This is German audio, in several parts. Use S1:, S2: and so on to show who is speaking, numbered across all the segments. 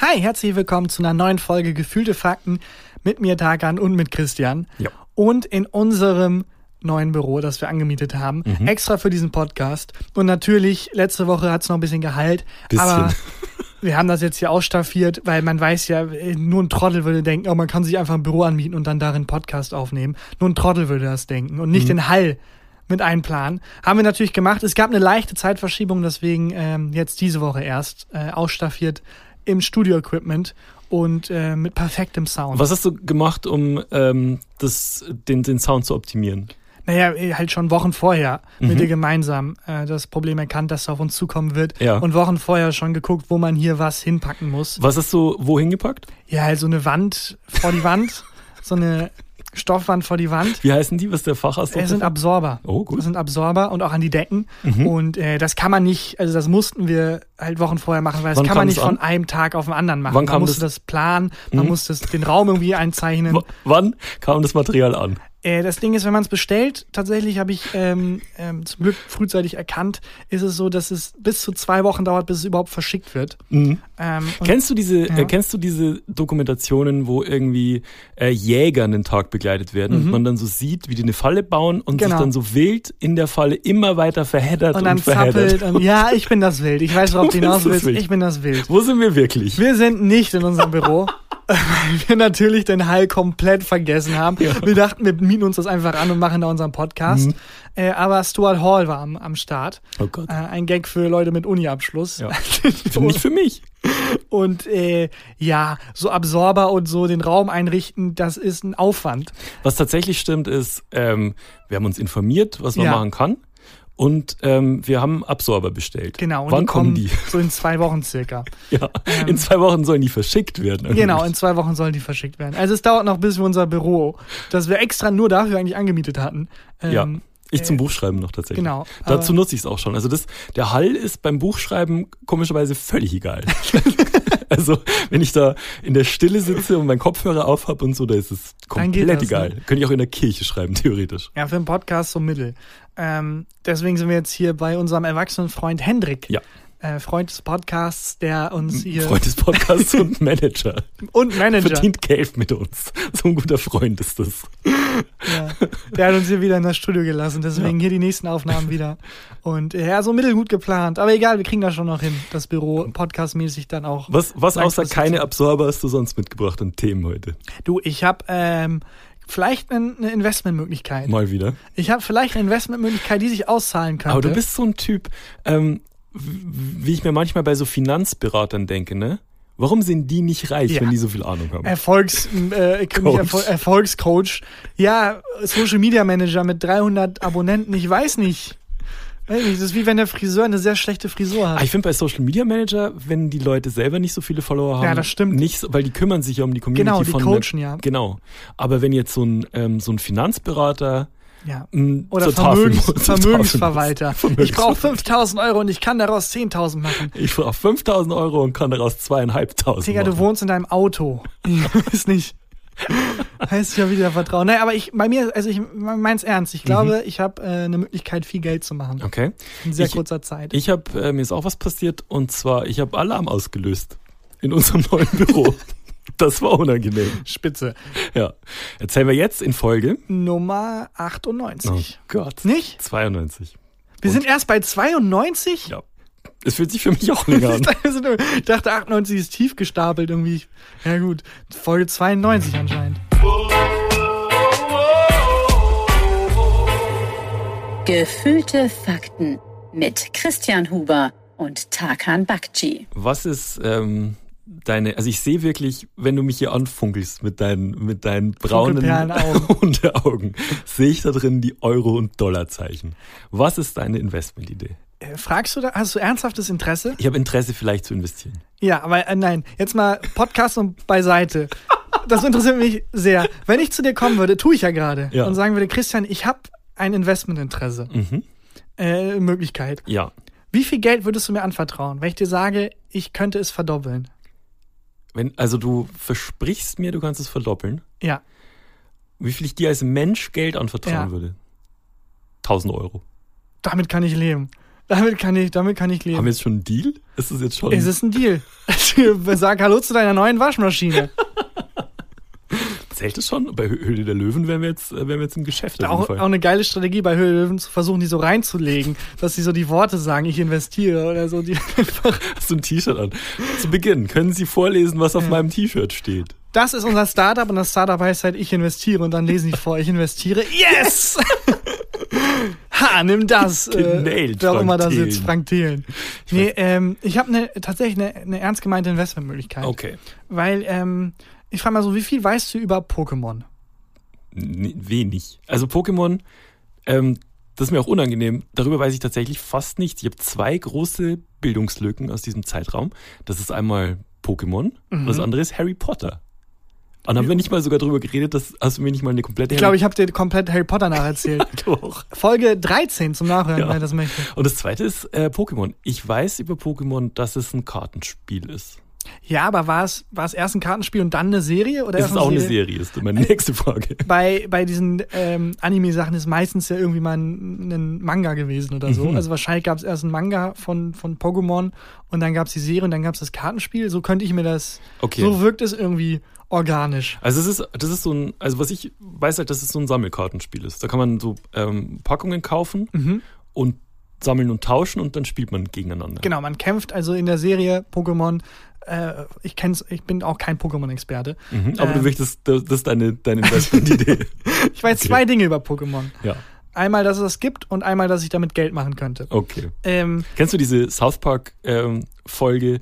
S1: Hi, herzlich willkommen zu einer neuen Folge Gefühlte Fakten mit mir, Dagan und mit Christian.
S2: Ja.
S1: Und in unserem neuen Büro, das wir angemietet haben,
S2: Mhm.
S1: extra für diesen Podcast. Und natürlich, letzte Woche hat es noch ein bisschen geheilt,
S2: Bisschen.
S1: aber wir haben das jetzt hier ausstaffiert, weil man weiß ja, äh, nur ein Trottel würde denken, oh, man kann sich einfach ein Büro anmieten und dann darin Podcast aufnehmen. Nur ein Trottel würde das denken und
S2: Mhm.
S1: nicht den Hall mit einplanen. Haben wir natürlich gemacht. Es gab eine leichte Zeitverschiebung, deswegen ähm, jetzt diese Woche erst äh, ausstaffiert im Studio-Equipment und äh, mit perfektem Sound.
S2: Was hast du gemacht, um ähm, das, den, den Sound zu optimieren?
S1: Naja, eh, halt schon Wochen vorher
S2: Mhm.
S1: mit dir gemeinsam äh, das Problem erkannt, dass es auf uns zukommen wird.
S2: Ja.
S1: Und Wochen vorher schon geguckt, wo man hier was hinpacken muss.
S2: Was hast du wohin gepackt?
S1: Ja, halt so eine Wand vor die Wand, so eine Stoffwand vor die Wand.
S2: Wie heißen die? Was ist der Fachausdruck?
S1: Es sind
S2: dafür?
S1: Absorber.
S2: Oh, gut. Mhm.
S1: Es sind Absorber und auch an die Decken. Und äh, das kann man nicht, also das mussten wir halt Wochen vorher machen, weil
S2: Wann
S1: das kann
S2: kam
S1: man nicht
S2: das an?
S1: von einem Tag auf den anderen machen.
S2: Wann
S1: man
S2: kam
S1: musste das,
S2: das- Mhm.
S1: planen, man musste das, den Raum irgendwie einzeichnen.
S2: W- Wann kam das Material an?
S1: Äh, das Ding ist, wenn man es bestellt, tatsächlich habe ich ähm, ähm, zum Glück frühzeitig erkannt, ist es so, dass es bis zu zwei Wochen dauert, bis es überhaupt verschickt wird.
S2: Mhm.
S1: Ähm, und
S2: Kennst du diese, äh, kennst du diese Dokumentationen, wo irgendwie äh, Jäger einen Tag begleitet werden und man dann so sieht, wie die eine Falle bauen und
S1: Mhm. Genau.
S2: sich dann so wild in der Falle immer weiter verheddert und,
S1: und dann
S2: verheddert?
S1: zappelt. Und, ja, ich bin das Wild. Ich weiß, worauf du
S2: Du bist
S1: hinaus
S2: das
S1: willst.
S2: Wild.
S1: Ich bin das Wild.
S2: Wo sind wir wirklich?
S1: Wir sind nicht in unserem Büro, weil wir natürlich den Hall komplett vergessen haben. Wir dachten, wir mieten uns das einfach an und machen da unseren Podcast.
S2: Mhm.
S1: Äh, aber Stuart Hall war am, am Start.
S2: Oh Gott.
S1: Äh, ein Gag für Leute mit Uni-Abschluss.
S2: Ja. Nicht für mich.
S1: Und äh, ja, so Absorber und so den Raum einrichten, das ist ein Aufwand.
S2: Was tatsächlich stimmt, ist, ähm, wir haben uns informiert, was man
S1: Ja.
S2: machen kann. Und ähm, wir haben Absorber bestellt.
S1: Genau. Und
S2: Wann kommen die?
S1: So in zwei Wochen circa.
S2: Ja. in zwei Wochen sollen die verschickt werden. eigentlich.
S1: Genau, in zwei Wochen sollen die verschickt werden. Also es dauert noch, bis wir unser Büro, das wir extra nur dafür eigentlich angemietet hatten. ähm,
S2: ja. Ich zum Buchschreiben noch tatsächlich.
S1: genau,
S2: Dazu
S1: aber-
S2: nutze ich es auch schon. Also das, der Hall ist beim Buchschreiben komischerweise völlig egal. also wenn ich da in der Stille sitze und meinen Kopfhörer auf habe und so, da ist es
S1: Dann geht
S2: komplett
S1: das, ne?
S2: egal. Könnte ich auch in der Kirche schreiben, theoretisch.
S1: Ja, für einen Podcast so mittel. Ähm, deswegen sind wir jetzt hier bei unserem erwachsenen Freund Hendrik.
S2: Ja.
S1: Äh, Freund des Podcasts, der uns hier
S2: Freund des Podcasts und Manager.
S1: und Manager,
S2: Verdient Geld mit uns. So ein guter Freund ist das.
S1: ja, der hat uns hier wieder in das Studio gelassen. Deswegen hier die nächsten Aufnahmen wieder. Und äh, ja, so mittelgut geplant. Aber egal, wir kriegen das schon noch hin, das Büro podcastmäßig dann auch.
S2: Was, was außer
S1: Langfristig
S2: keine
S1: zu-
S2: Absorber hast du sonst mitgebracht an Themen heute?
S1: Du, ich habe ähm, vielleicht ein- eine Investmentmöglichkeit.
S2: Mal wieder.
S1: Ich habe vielleicht eine Investmentmöglichkeit, die sich auszahlen könnte.
S2: Aber du bist so ein Typ, ähm, w- wie ich mir manchmal bei so Finanzberatern denke, ne? Warum sind die nicht reich,
S1: Ja.
S2: wenn die so viel Ahnung haben?
S1: Erfolgs, äh, ich bin
S2: Coach.
S1: nicht Erfol Erfolgscoach. Ja, Social Media Manager mit 300 Abonnenten, ich weiß nicht. Weiß nicht, Das ist wie wenn der Friseur eine sehr schlechte Frisur
S2: Ah,
S1: hat.
S2: ich finde bei Social Media Manager, wenn die Leute selber nicht so viele Follower haben,
S1: Ja, das stimmt.
S2: Nicht, so- weil die kümmern sich ja um die Community
S1: Genau, die
S2: von
S1: coachen ja.
S2: Genau. Aber wenn jetzt so ein ähm, so ein Finanzberater
S1: Ja.
S2: m,
S1: Oder
S2: zur Tafel
S1: Vermögens
S2: muss- zur Tafel
S1: Vermögensverwalter.
S2: muss.
S1: Ich brauche 5000 Euro und ich kann daraus 10.000 machen.
S2: Ich brauche 5000 Euro und kann daraus zweieinhalbtausend.
S1: Digga, du
S2: machen.
S1: wohnst in deinem Auto. Ich weiß nicht. Heißt ja wieder Vertrauen. Naja, aber ich, bei mir, also ich mein's ernst. Ich glaube, ich habe äh, eine Möglichkeit, viel Geld zu machen.
S2: Mhm. Okay.
S1: In sehr
S2: Ich-
S1: kurzer Zeit.
S2: Ich habe, äh, mir ist auch was passiert und zwar, ich habe Alarm ausgelöst in unserem neuen Büro. Das war unangenehm.
S1: Spitze.
S2: Ja. Erzählen wir jetzt in Folge.
S1: Nummer 98.
S2: Oh Gott.
S1: Nicht?
S2: 92.
S1: Wir
S2: Und-
S1: sind erst bei 92?
S2: Ja. Es fühlt sich für mich auch länger an.
S1: Wir sind- Ich dachte, 98 ist tief gestapelt irgendwie. Ja gut, Folge 92 anscheinend.
S3: Gefühlte Fakten mit Christian Huber und Tarkan Bakci.
S2: Was ist ähm, deine, also ich sehe wirklich, wenn du mich hier anfunkelst mit deinen, mit deinen braunen
S1: Funkelperlenaugen.
S2: Hundeaugen, sehe ich da drin die Euro- und Dollarzeichen. Was ist deine Investmentidee?
S1: Äh, Fragst du da, hast du ernsthaftes Interesse?
S2: Ich habe Interesse vielleicht zu investieren.
S1: Ja, aber äh, nein, jetzt mal Podcast und beiseite. Das interessiert mich sehr. Wenn ich zu dir kommen würde, tue ich ja gerade,
S2: Ja. Mhm.
S1: und sagen würde, Christian, ich habe ein Investmentinteresse. Äh, Möglichkeit.
S2: Ja.
S1: Wie viel Geld würdest du mir anvertrauen, wenn ich dir sage, ich könnte es verdoppeln?
S2: Wenn, also du versprichst mir, du kannst es verdoppeln.
S1: Ja.
S2: Wie viel ich dir als Mensch Geld anvertrauen
S1: Ja.
S2: würde? 1000 Euro.
S1: damit kann ich leben. Damit kann ich, damit kann ich
S2: Haben
S1: leben.
S2: wir jetzt schon einen Deal? Ist es jetzt schon?
S1: Es ist ein Deal. Sag Hallo zu deiner neuen Waschmaschine.
S2: zählt es schon? Bei Hö- Höhle der Löwen wären wir jetzt, äh, wären wir jetzt im Geschäft auf
S1: Auch,
S2: jeden
S1: auch
S2: Fall.
S1: eine geile Strategie bei Höhle der Löwen zu versuchen, die so reinzulegen, dass sie so die Worte sagen, ich investiere oder so. Die
S2: Hast du ein T-Shirt an? Zu Beginn können Sie vorlesen, was auf meinem T-Shirt steht.
S1: Das ist unser Startup und das Startup heißt halt, ich investiere und dann lesen die vor, ich investiere. Yes! ha, nimm das. äh,
S2: Genailed,
S1: wer auch
S2: Frank
S1: immer da
S2: Thelen.
S1: sitzt, Frank Thelen. Nee, ähm, ich habe ne, tatsächlich eine ne ernst gemeinte Investmentmöglichkeit.
S2: Okay.
S1: Weil, ähm, ich frage mal so, wie viel weißt du über Pokémon?
S2: N- Wenig. Also Pokémon, ähm, das ist mir auch unangenehm. Darüber weiß ich tatsächlich fast nichts. Ich habe zwei große Bildungslücken aus diesem Zeitraum. Das ist einmal Pokémon und
S1: Mhm.
S2: das andere ist Harry Potter. Und haben wir nicht mal sogar drüber geredet, dass hast du mir nicht mal eine komplette
S1: Ich glaube, ich habe dir komplett Harry Potter nacherzählt.
S2: Doch.
S1: Folge 13 zum Nachhören,
S2: Ja.
S1: wer das möchte.
S2: Und das zweite ist äh, Pokémon. Ich weiß über Pokémon, dass es ein Kartenspiel ist.
S1: Ja, aber war es, war es erst ein Kartenspiel und dann eine Serie? Oder
S2: Das
S1: erst
S2: ist auch eine Serie, ist meine nächste Frage.
S1: bei, bei diesen ähm, Anime-Sachen ist meistens ja irgendwie mal ein, ein Manga gewesen oder
S2: Mhm.
S1: so. Also wahrscheinlich gab es erst einen Manga von, von Pokémon und dann gab es die Serie und dann gab es das Kartenspiel. So könnte ich mir das.
S2: Okay.
S1: So wirkt es irgendwie organisch.
S2: Also es ist, das ist so ein, also was ich weiß halt, dass es so ein Sammelkartenspiel ist. Da kann man so ähm, Packungen kaufen und sammeln und tauschen und dann spielt man gegeneinander.
S1: Genau, man kämpft also in der Serie Pokémon. Äh, ich kenn's, ich bin auch kein Pokémon-Experte.
S2: Mhm. Aber
S1: Ähm.
S2: du möchtest, das, das ist deine, deine Investmentidee.
S1: Ich weiß
S2: Okay.
S1: zwei Dinge über Pokémon.
S2: ja,
S1: Einmal, dass es das gibt und einmal, dass ich damit Geld machen könnte.
S2: okay.
S1: Ähm,
S2: Kennst du diese South Park ähm, Folge,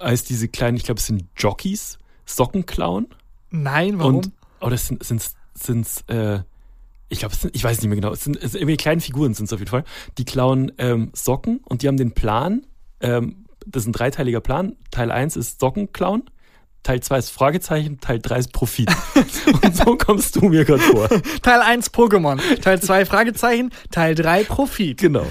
S2: als diese kleinen, ich glaube, es sind Jockeys, Socken klauen?
S1: nein, warum?
S2: Und, oh, das sind, sind's, sind's, äh, ich glaube, ich weiß nicht mehr genau. Es sind, es sind irgendwie kleine Figuren sind es auf jeden Fall. Die klauen ähm, Socken und die haben den Plan, ähm, das ist ein dreiteiliger Plan. Teil 1 ist Socken klauen, Teil 2 ist Fragezeichen, Teil 3 ist Profit. und so kommst du mir gerade vor.
S1: Teil 1 Pokémon, Teil 2 Fragezeichen, Teil 3 Profit.
S2: Genau.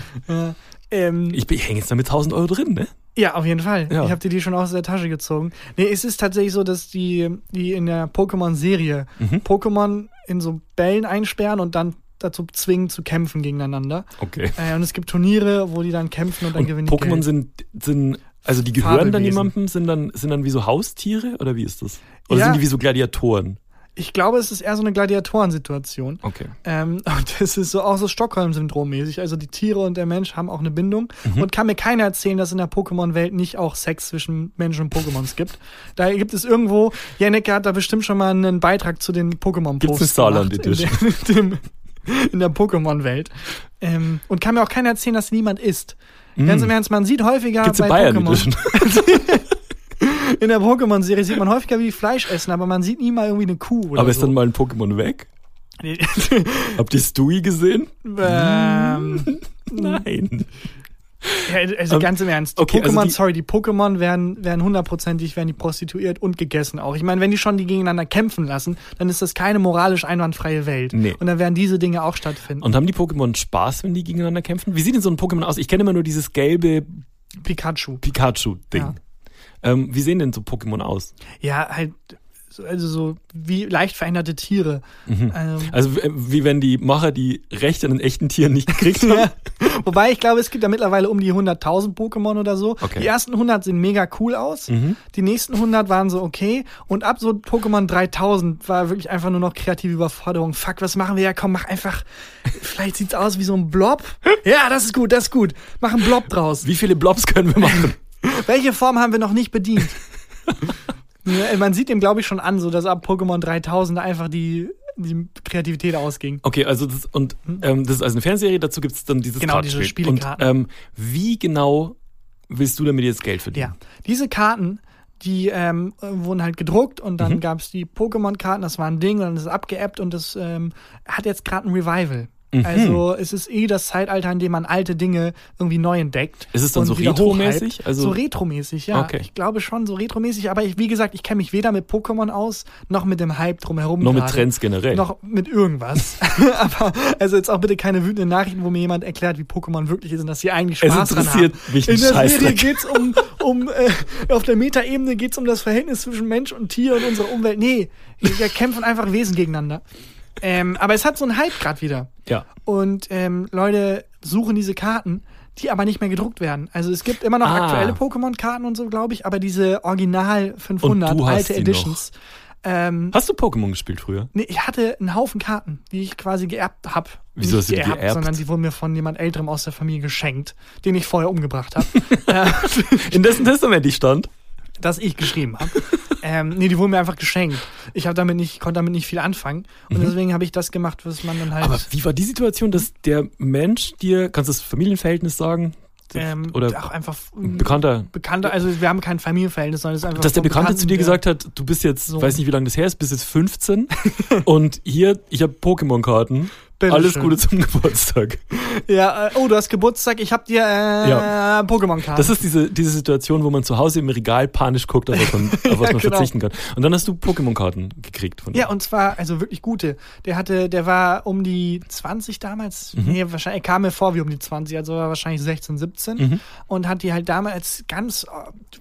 S1: Ähm,
S2: Ich, bin- ich hänge jetzt da mit 1000 Euro drin, ne?
S1: Ja, auf jeden Fall.
S2: Ja.
S1: Ich habe dir die schon aus der Tasche gezogen. Nee, es ist tatsächlich so, dass die, die in der Pokémon-Serie
S2: Mhm.
S1: Pokémon in so Bällen einsperren und dann dazu zwingen zu kämpfen gegeneinander.
S2: Okay.
S1: Äh, und es gibt Turniere, wo die dann kämpfen und dann
S2: Und
S1: gewinnen die.
S2: Pokémon
S1: Geld.
S2: sind, sind, also die gehören dann
S1: Fabelwesen.
S2: jemandem, sind dann, sind dann wie so Haustiere oder wie ist das? Oder
S1: Ja.
S2: sind die wie so Gladiatoren?
S1: Ich glaube, es ist eher so eine Gladiatorensituation.
S2: Okay.
S1: Ähm, und das ist so auch so Stockholm-Syndrom-mäßig. Also die Tiere und der Mensch haben auch eine Bindung.
S2: Mhm.
S1: Und kann mir keiner erzählen, dass in der Pokémon-Welt nicht auch Sex zwischen Menschen und Pokémons gibt. Da gibt es irgendwo, Jennecke hat da bestimmt schon mal einen Beitrag zu den
S2: Gibt's eine
S1: Pokémon-Posts
S2: Saarland
S1: gemacht. In, dem, in der Pokémon-Welt. Ähm, und kann mir auch keiner erzählen, dass niemand isst. Ganz im Ernst, man sieht häufiger
S2: Mhm. Gibt's
S1: bei
S2: eine Bayern
S1: Pokémon.
S2: Edition?
S1: In der Pokémon-Serie sieht man häufiger, wie die Fleisch essen, aber man sieht nie mal irgendwie eine Kuh oder
S2: Aber ist
S1: so.
S2: dann mal ein Pokémon weg?
S1: dann
S2: Habt ihr Stewie gesehen? Mhm.
S1: ähm,
S2: Nein.
S1: Ja, also
S2: Ähm,
S1: ganz im Ernst.
S2: okay,
S1: Pokémon,
S2: also die-
S1: sorry, die Pokémon werden, werden hundertprozentig, werden die prostituiert und gegessen auch. Ich meine, wenn die schon die gegeneinander kämpfen lassen, dann ist das keine moralisch einwandfreie Welt.
S2: Nee.
S1: Und dann werden diese Dinge auch stattfinden.
S2: Und haben die Pokémon Spaß, wenn die gegeneinander kämpfen? Wie sieht denn so ein Pokémon aus? Ich kenne immer nur dieses gelbe
S1: Pikachu.
S2: Pikachu-Ding.
S1: Ja.
S2: Ähm, wie sehen denn so Pokémon aus?
S1: Ja, halt, so- also so wie leicht veränderte Tiere. Ähm,
S2: Also w- wie wenn die Macher die Rechte an den echten Tieren nicht gekriegt haben?
S1: ja. Wobei ich glaube, es gibt da mittlerweile um die 100.000 Pokémon oder so.
S2: Okay.
S1: Die ersten 100 sehen mega cool aus. Die nächsten 100 waren so okay. Und ab so Pokémon 3000 war wirklich einfach nur noch kreative Überforderung. Fuck, was machen wir? Ja, komm, mach einfach. Vielleicht sieht's aus wie so ein Blob. Ja, das ist gut, das ist gut. Mach einen Blob draus.
S2: Wie viele Blobs können wir machen?
S1: Welche Form haben wir noch nicht bedient? Ja, Man sieht dem, glaube ich, schon an, so dass ab Pokémon 3000 einfach die, die Kreativität ausging.
S2: Okay, also das, und, ähm, das ist also eine Fernserie, dazu gibt es dann dieses
S1: Hm? Genau, diese
S2: Kartenspiel.
S1: Spielekarten.
S2: Und ähm, wie genau willst du damit jetzt Geld verdienen?
S1: Ja, diese Karten, die ähm, äh, wurden halt gedruckt und
S2: Mhm.
S1: dann gab's die Pokémon-Karten, das war ein Ding und dann ist es abgeappt und das ähm, hat jetzt gerade ein Revival.
S2: Mhm.
S1: Also es ist eh das Zeitalter, in dem man alte Dinge irgendwie neu entdeckt.
S2: Ist es dann
S1: und
S2: so
S1: wieder
S2: retromäßig?
S1: hochhypt.
S2: Also-
S1: so retromäßig, ja.
S2: Okay.
S1: Ich glaube schon so retromäßig, aber ich, wie gesagt, ich kenne mich weder mit Pokémon aus, noch mit dem Hype drumherum.
S2: Noch mit
S1: gerade.
S2: Trends generell.
S1: Noch mit irgendwas. aber also jetzt auch bitte keine wütenden Nachrichten, wo mir jemand erklärt, wie Pokémon wirklich ist und dass sie eigentlich
S2: Es
S1: Spaß dran
S2: interessiert
S1: haben.
S2: mich ein
S1: In der Serie
S2: Scheißdreck.
S1: geht's um, um äh, auf der Metaebene geht's um das Verhältnis zwischen Mensch und Tier und unserer Umwelt. Nee, wir kämpfen einfach Wesen gegeneinander. Ähm, aber es hat so einen Hype gerade wieder.
S2: ja.
S1: Und ähm, Leute suchen diese Karten, die aber nicht mehr gedruckt werden. Also es gibt immer noch
S2: Ah.
S1: aktuelle Pokémon-Karten und so, glaube ich, aber diese Original 500
S2: hast
S1: alte
S2: die noch.
S1: Editions. Ähm,
S2: Hast du Pokémon gespielt früher?
S1: nee, ich hatte einen Haufen Karten, die ich quasi geerbt habe.
S2: Wieso hast du die
S1: geerbt,
S2: geerbt?
S1: Sondern die wurden mir von jemand Älterem aus der Familie geschenkt, den ich vorher umgebracht habe.
S2: In dessen Testament ich stand.
S1: das ich geschrieben habe. ähm, nee, die wurden mir einfach geschenkt. Ich habe damit nicht, konnte damit nicht viel anfangen. Und deswegen habe ich das gemacht, was man dann halt.
S2: Mhm. Aber wie war die Situation, dass der Mensch dir, kannst du das Familienverhältnis sagen?
S1: ähm,
S2: Oder
S1: auch einfach
S2: ein
S1: mm,
S2: Bekannter?
S1: Bekannte, also wir haben kein Familienverhältnis, sondern es ist einfach.
S2: Dass der
S1: von
S2: Bekannte zu dir
S1: Bekannten,
S2: gesagt hat, du bist jetzt,
S1: So.
S2: weiß nicht wie lange das her ist, bist jetzt 15 und hier, ich habe Pokémon-Karten.
S1: Bitte
S2: Alles
S1: schön.
S2: Gute zum Geburtstag.
S1: der- Ja, äh, oh, du hast Geburtstag, ich habe dir äh,
S2: Ja.
S1: Pokémon-Karten.
S2: Das ist diese, diese Situation, wo man zu Hause im Regal panisch guckt, auf was man, auf was
S1: Ja,
S2: man
S1: genau.
S2: verzichten kann. Und dann hast du Pokémon-Karten gekriegt von
S1: Ja,
S2: ihm.
S1: und zwar, also wirklich gute. Der hatte, der war um die 20 damals.
S2: Mhm.
S1: Nee, wahrscheinlich, er kam mir vor wie um die 20, also war wahrscheinlich 16, 17.
S2: Mhm.
S1: Und hat die halt damals ganz äh,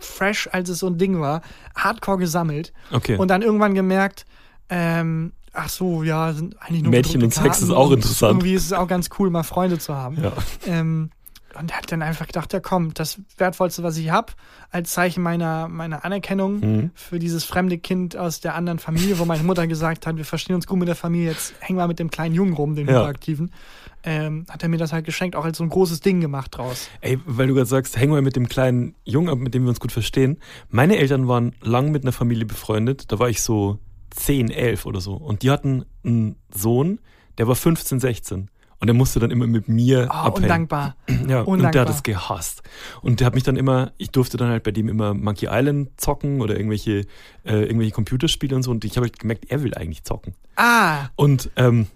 S1: fresh, als es so ein Ding war, hardcore gesammelt.
S2: Okay.
S1: Und dann irgendwann gemerkt, ähm, ach so, ja, sind eigentlich nur
S2: Mädchen
S1: gedruckte
S2: und Sex
S1: Karten
S2: ist auch interessant.
S1: Irgendwie ist es auch ganz cool, mal Freunde zu haben.
S2: Ja.
S1: Ähm, und hat dann einfach gedacht, ja komm, das Wertvollste, was ich habe, als Zeichen meiner, meiner Anerkennung
S2: Mhm.
S1: für dieses fremde Kind aus der anderen Familie, wo meine Mutter gesagt hat, wir verstehen uns gut mit der Familie, jetzt häng mal mit dem kleinen Jungen rum, dem
S2: Ja.
S1: Hyperaktiven, ähm, hat er mir das halt geschenkt, auch als so ein großes Ding gemacht draus.
S2: Ey, weil du gerade sagst, hängen wir mit dem kleinen Jungen ab, mit dem wir uns gut verstehen. Meine Eltern waren lang mit einer Familie befreundet. Da war ich so 10, 11 oder so. Und die hatten einen Sohn, der war 15, 16. Und der musste dann immer mit mir
S1: Oh,
S2: abhängen.
S1: undankbar.
S2: Ja, und der
S1: Undankbar.
S2: hat es gehasst. Und der hat mich dann immer, ich durfte dann halt bei dem immer Monkey Island zocken oder irgendwelche, äh, irgendwelche Computerspiele und so. Und ich habe halt gemerkt, er will eigentlich zocken.
S1: Ah,
S2: Und ähm,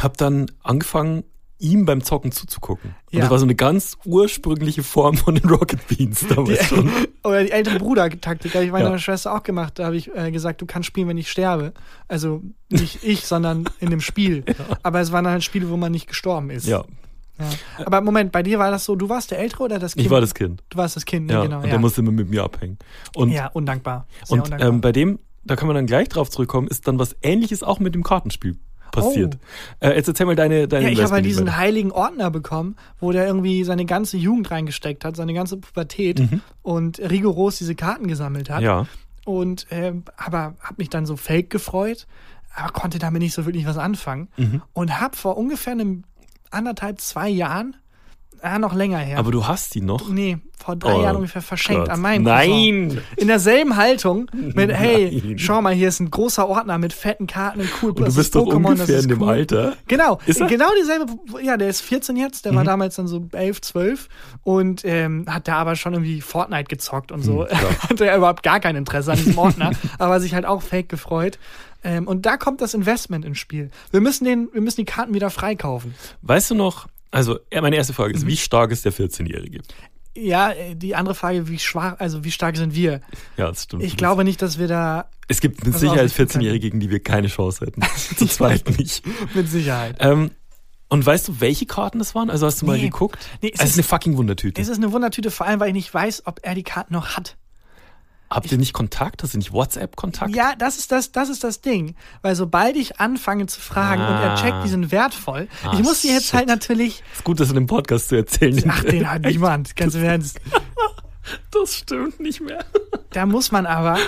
S2: habe dann angefangen, ihm beim Zocken zuzugucken. Und
S1: Ja.
S2: das war so eine ganz ursprüngliche Form von den Rocket Beans damals schon.
S1: Oder die ältere Bruder-Taktik habe ich meiner
S2: Ja.
S1: Schwester auch gemacht. Da habe ich äh, gesagt, du kannst spielen, wenn ich sterbe. Also nicht ich, sondern in dem Spiel. Aber es waren halt Spiele, wo man nicht gestorben ist.
S2: Ja,
S1: Ja. Aber Moment, bei dir war das so, du warst der Ältere oder das Kind?
S2: ich war das Kind.
S1: Du warst das Kind, ne?
S2: Ja,
S1: genau.
S2: und
S1: Ja.
S2: der musste immer mit mir abhängen. Und,
S1: ja, undankbar. Sehr
S2: und
S1: undankbar.
S2: ähm, bei dem, da kann man dann gleich drauf zurückkommen, ist dann was Ähnliches auch mit dem Kartenspiel passiert. Äh, jetzt erzähl mal deine, deine
S1: Oh. ja, ich habe halt
S2: Investment-
S1: diesen heiligen Ordner bekommen, wo der irgendwie seine ganze Jugend reingesteckt hat, seine ganze Pubertät und rigoros diese Karten gesammelt hat.
S2: Mhm. Ja.
S1: Und ähm, aber habe mich dann so fake gefreut, aber konnte damit nicht so wirklich was anfangen.
S2: Mhm.
S1: Und habe vor ungefähr einem anderthalb, zwei Jahren, ah, noch länger her.
S2: Aber du hast die noch.
S1: nee, vor drei
S2: Oh
S1: Jahren ungefähr verschenkt
S2: Gott.
S1: an meinen
S2: Nein!
S1: Cousin. In derselben Haltung mit, hey,
S2: Nein.
S1: schau mal, hier ist ein großer Ordner mit fetten Karten und cool.
S2: Und du bist doch ungefähr in dem Alter.
S1: Genau,
S2: Ist er?
S1: genau dieselbe, ja, der ist 14 jetzt, der war damals dann so 11, 12 und ähm, hat da aber schon irgendwie Fortnite gezockt und so. Hatte er überhaupt gar kein Interesse an diesem Ordner, aber sich halt auch fake gefreut. Ähm, und da kommt das Investment ins Spiel. Wir müssen, den, wir müssen die Karten wieder freikaufen.
S2: Weißt du noch, also ja, meine erste Frage ist, wie stark ist der 14-Jährige?
S1: Ja, äh, die andere Frage, wie schwach, also wie stark sind wir?
S2: Ja, das stimmt.
S1: Ich glaube nicht, dass wir da
S2: Es gibt mit
S1: Also
S2: Sicherheit
S1: ausrichten können.
S2: 14-Jährige, gegen die wir keine Chance hätten. Zu zweit nicht.
S1: mit Sicherheit.
S2: Ähm, und weißt du, welche Karten das waren? Also hast du mal
S1: Nee.
S2: geguckt?
S1: Nee, es
S2: es ist,
S1: ist-
S2: eine fucking Wundertüte.
S1: Es ist eine Wundertüte, vor allem, weil ich nicht weiß, ob er die Karten noch hat.
S2: Habt ihr nicht Kontakt? Hast du nicht WhatsApp-Kontakt?
S1: Ja, das ist das, das ist das Ding. Weil sobald ich anfange zu fragen und er
S2: Ah.
S1: checkt, die sind wertvoll,
S2: Ah,
S1: ich muss die jetzt
S2: shit.
S1: halt natürlich.
S2: Ist gut, das in dem Podcast zu erzählen.
S1: Ach, den hat niemand, ganz im Ernst.
S2: Das stimmt nicht mehr.
S1: Da muss man aber,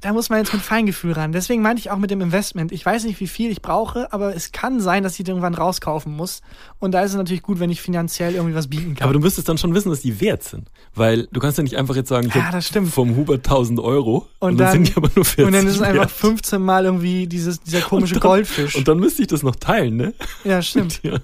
S1: da muss man jetzt mit Feingefühl ran. Deswegen meinte ich auch mit dem Investment. Ich weiß nicht, wie viel ich brauche, aber es kann sein, dass ich die irgendwann rauskaufen muss. Und da ist es natürlich gut, wenn ich finanziell irgendwie was bieten kann.
S2: Aber du müsstest dann schon wissen, dass die wert sind. Weil du kannst ja nicht einfach jetzt sagen, ich
S1: Ja,
S2: hab
S1: das stimmt.
S2: vom Hubert 1000 Euro
S1: Und
S2: dann,
S1: dann-
S2: sind die aber nur 14
S1: und dann ist es einfach
S2: wert.
S1: 15 Mal irgendwie dieses, dieser komische
S2: dann-
S1: Goldfisch.
S2: Und dann müsste ich das noch teilen, ne?
S1: ja, stimmt.
S2: Ja.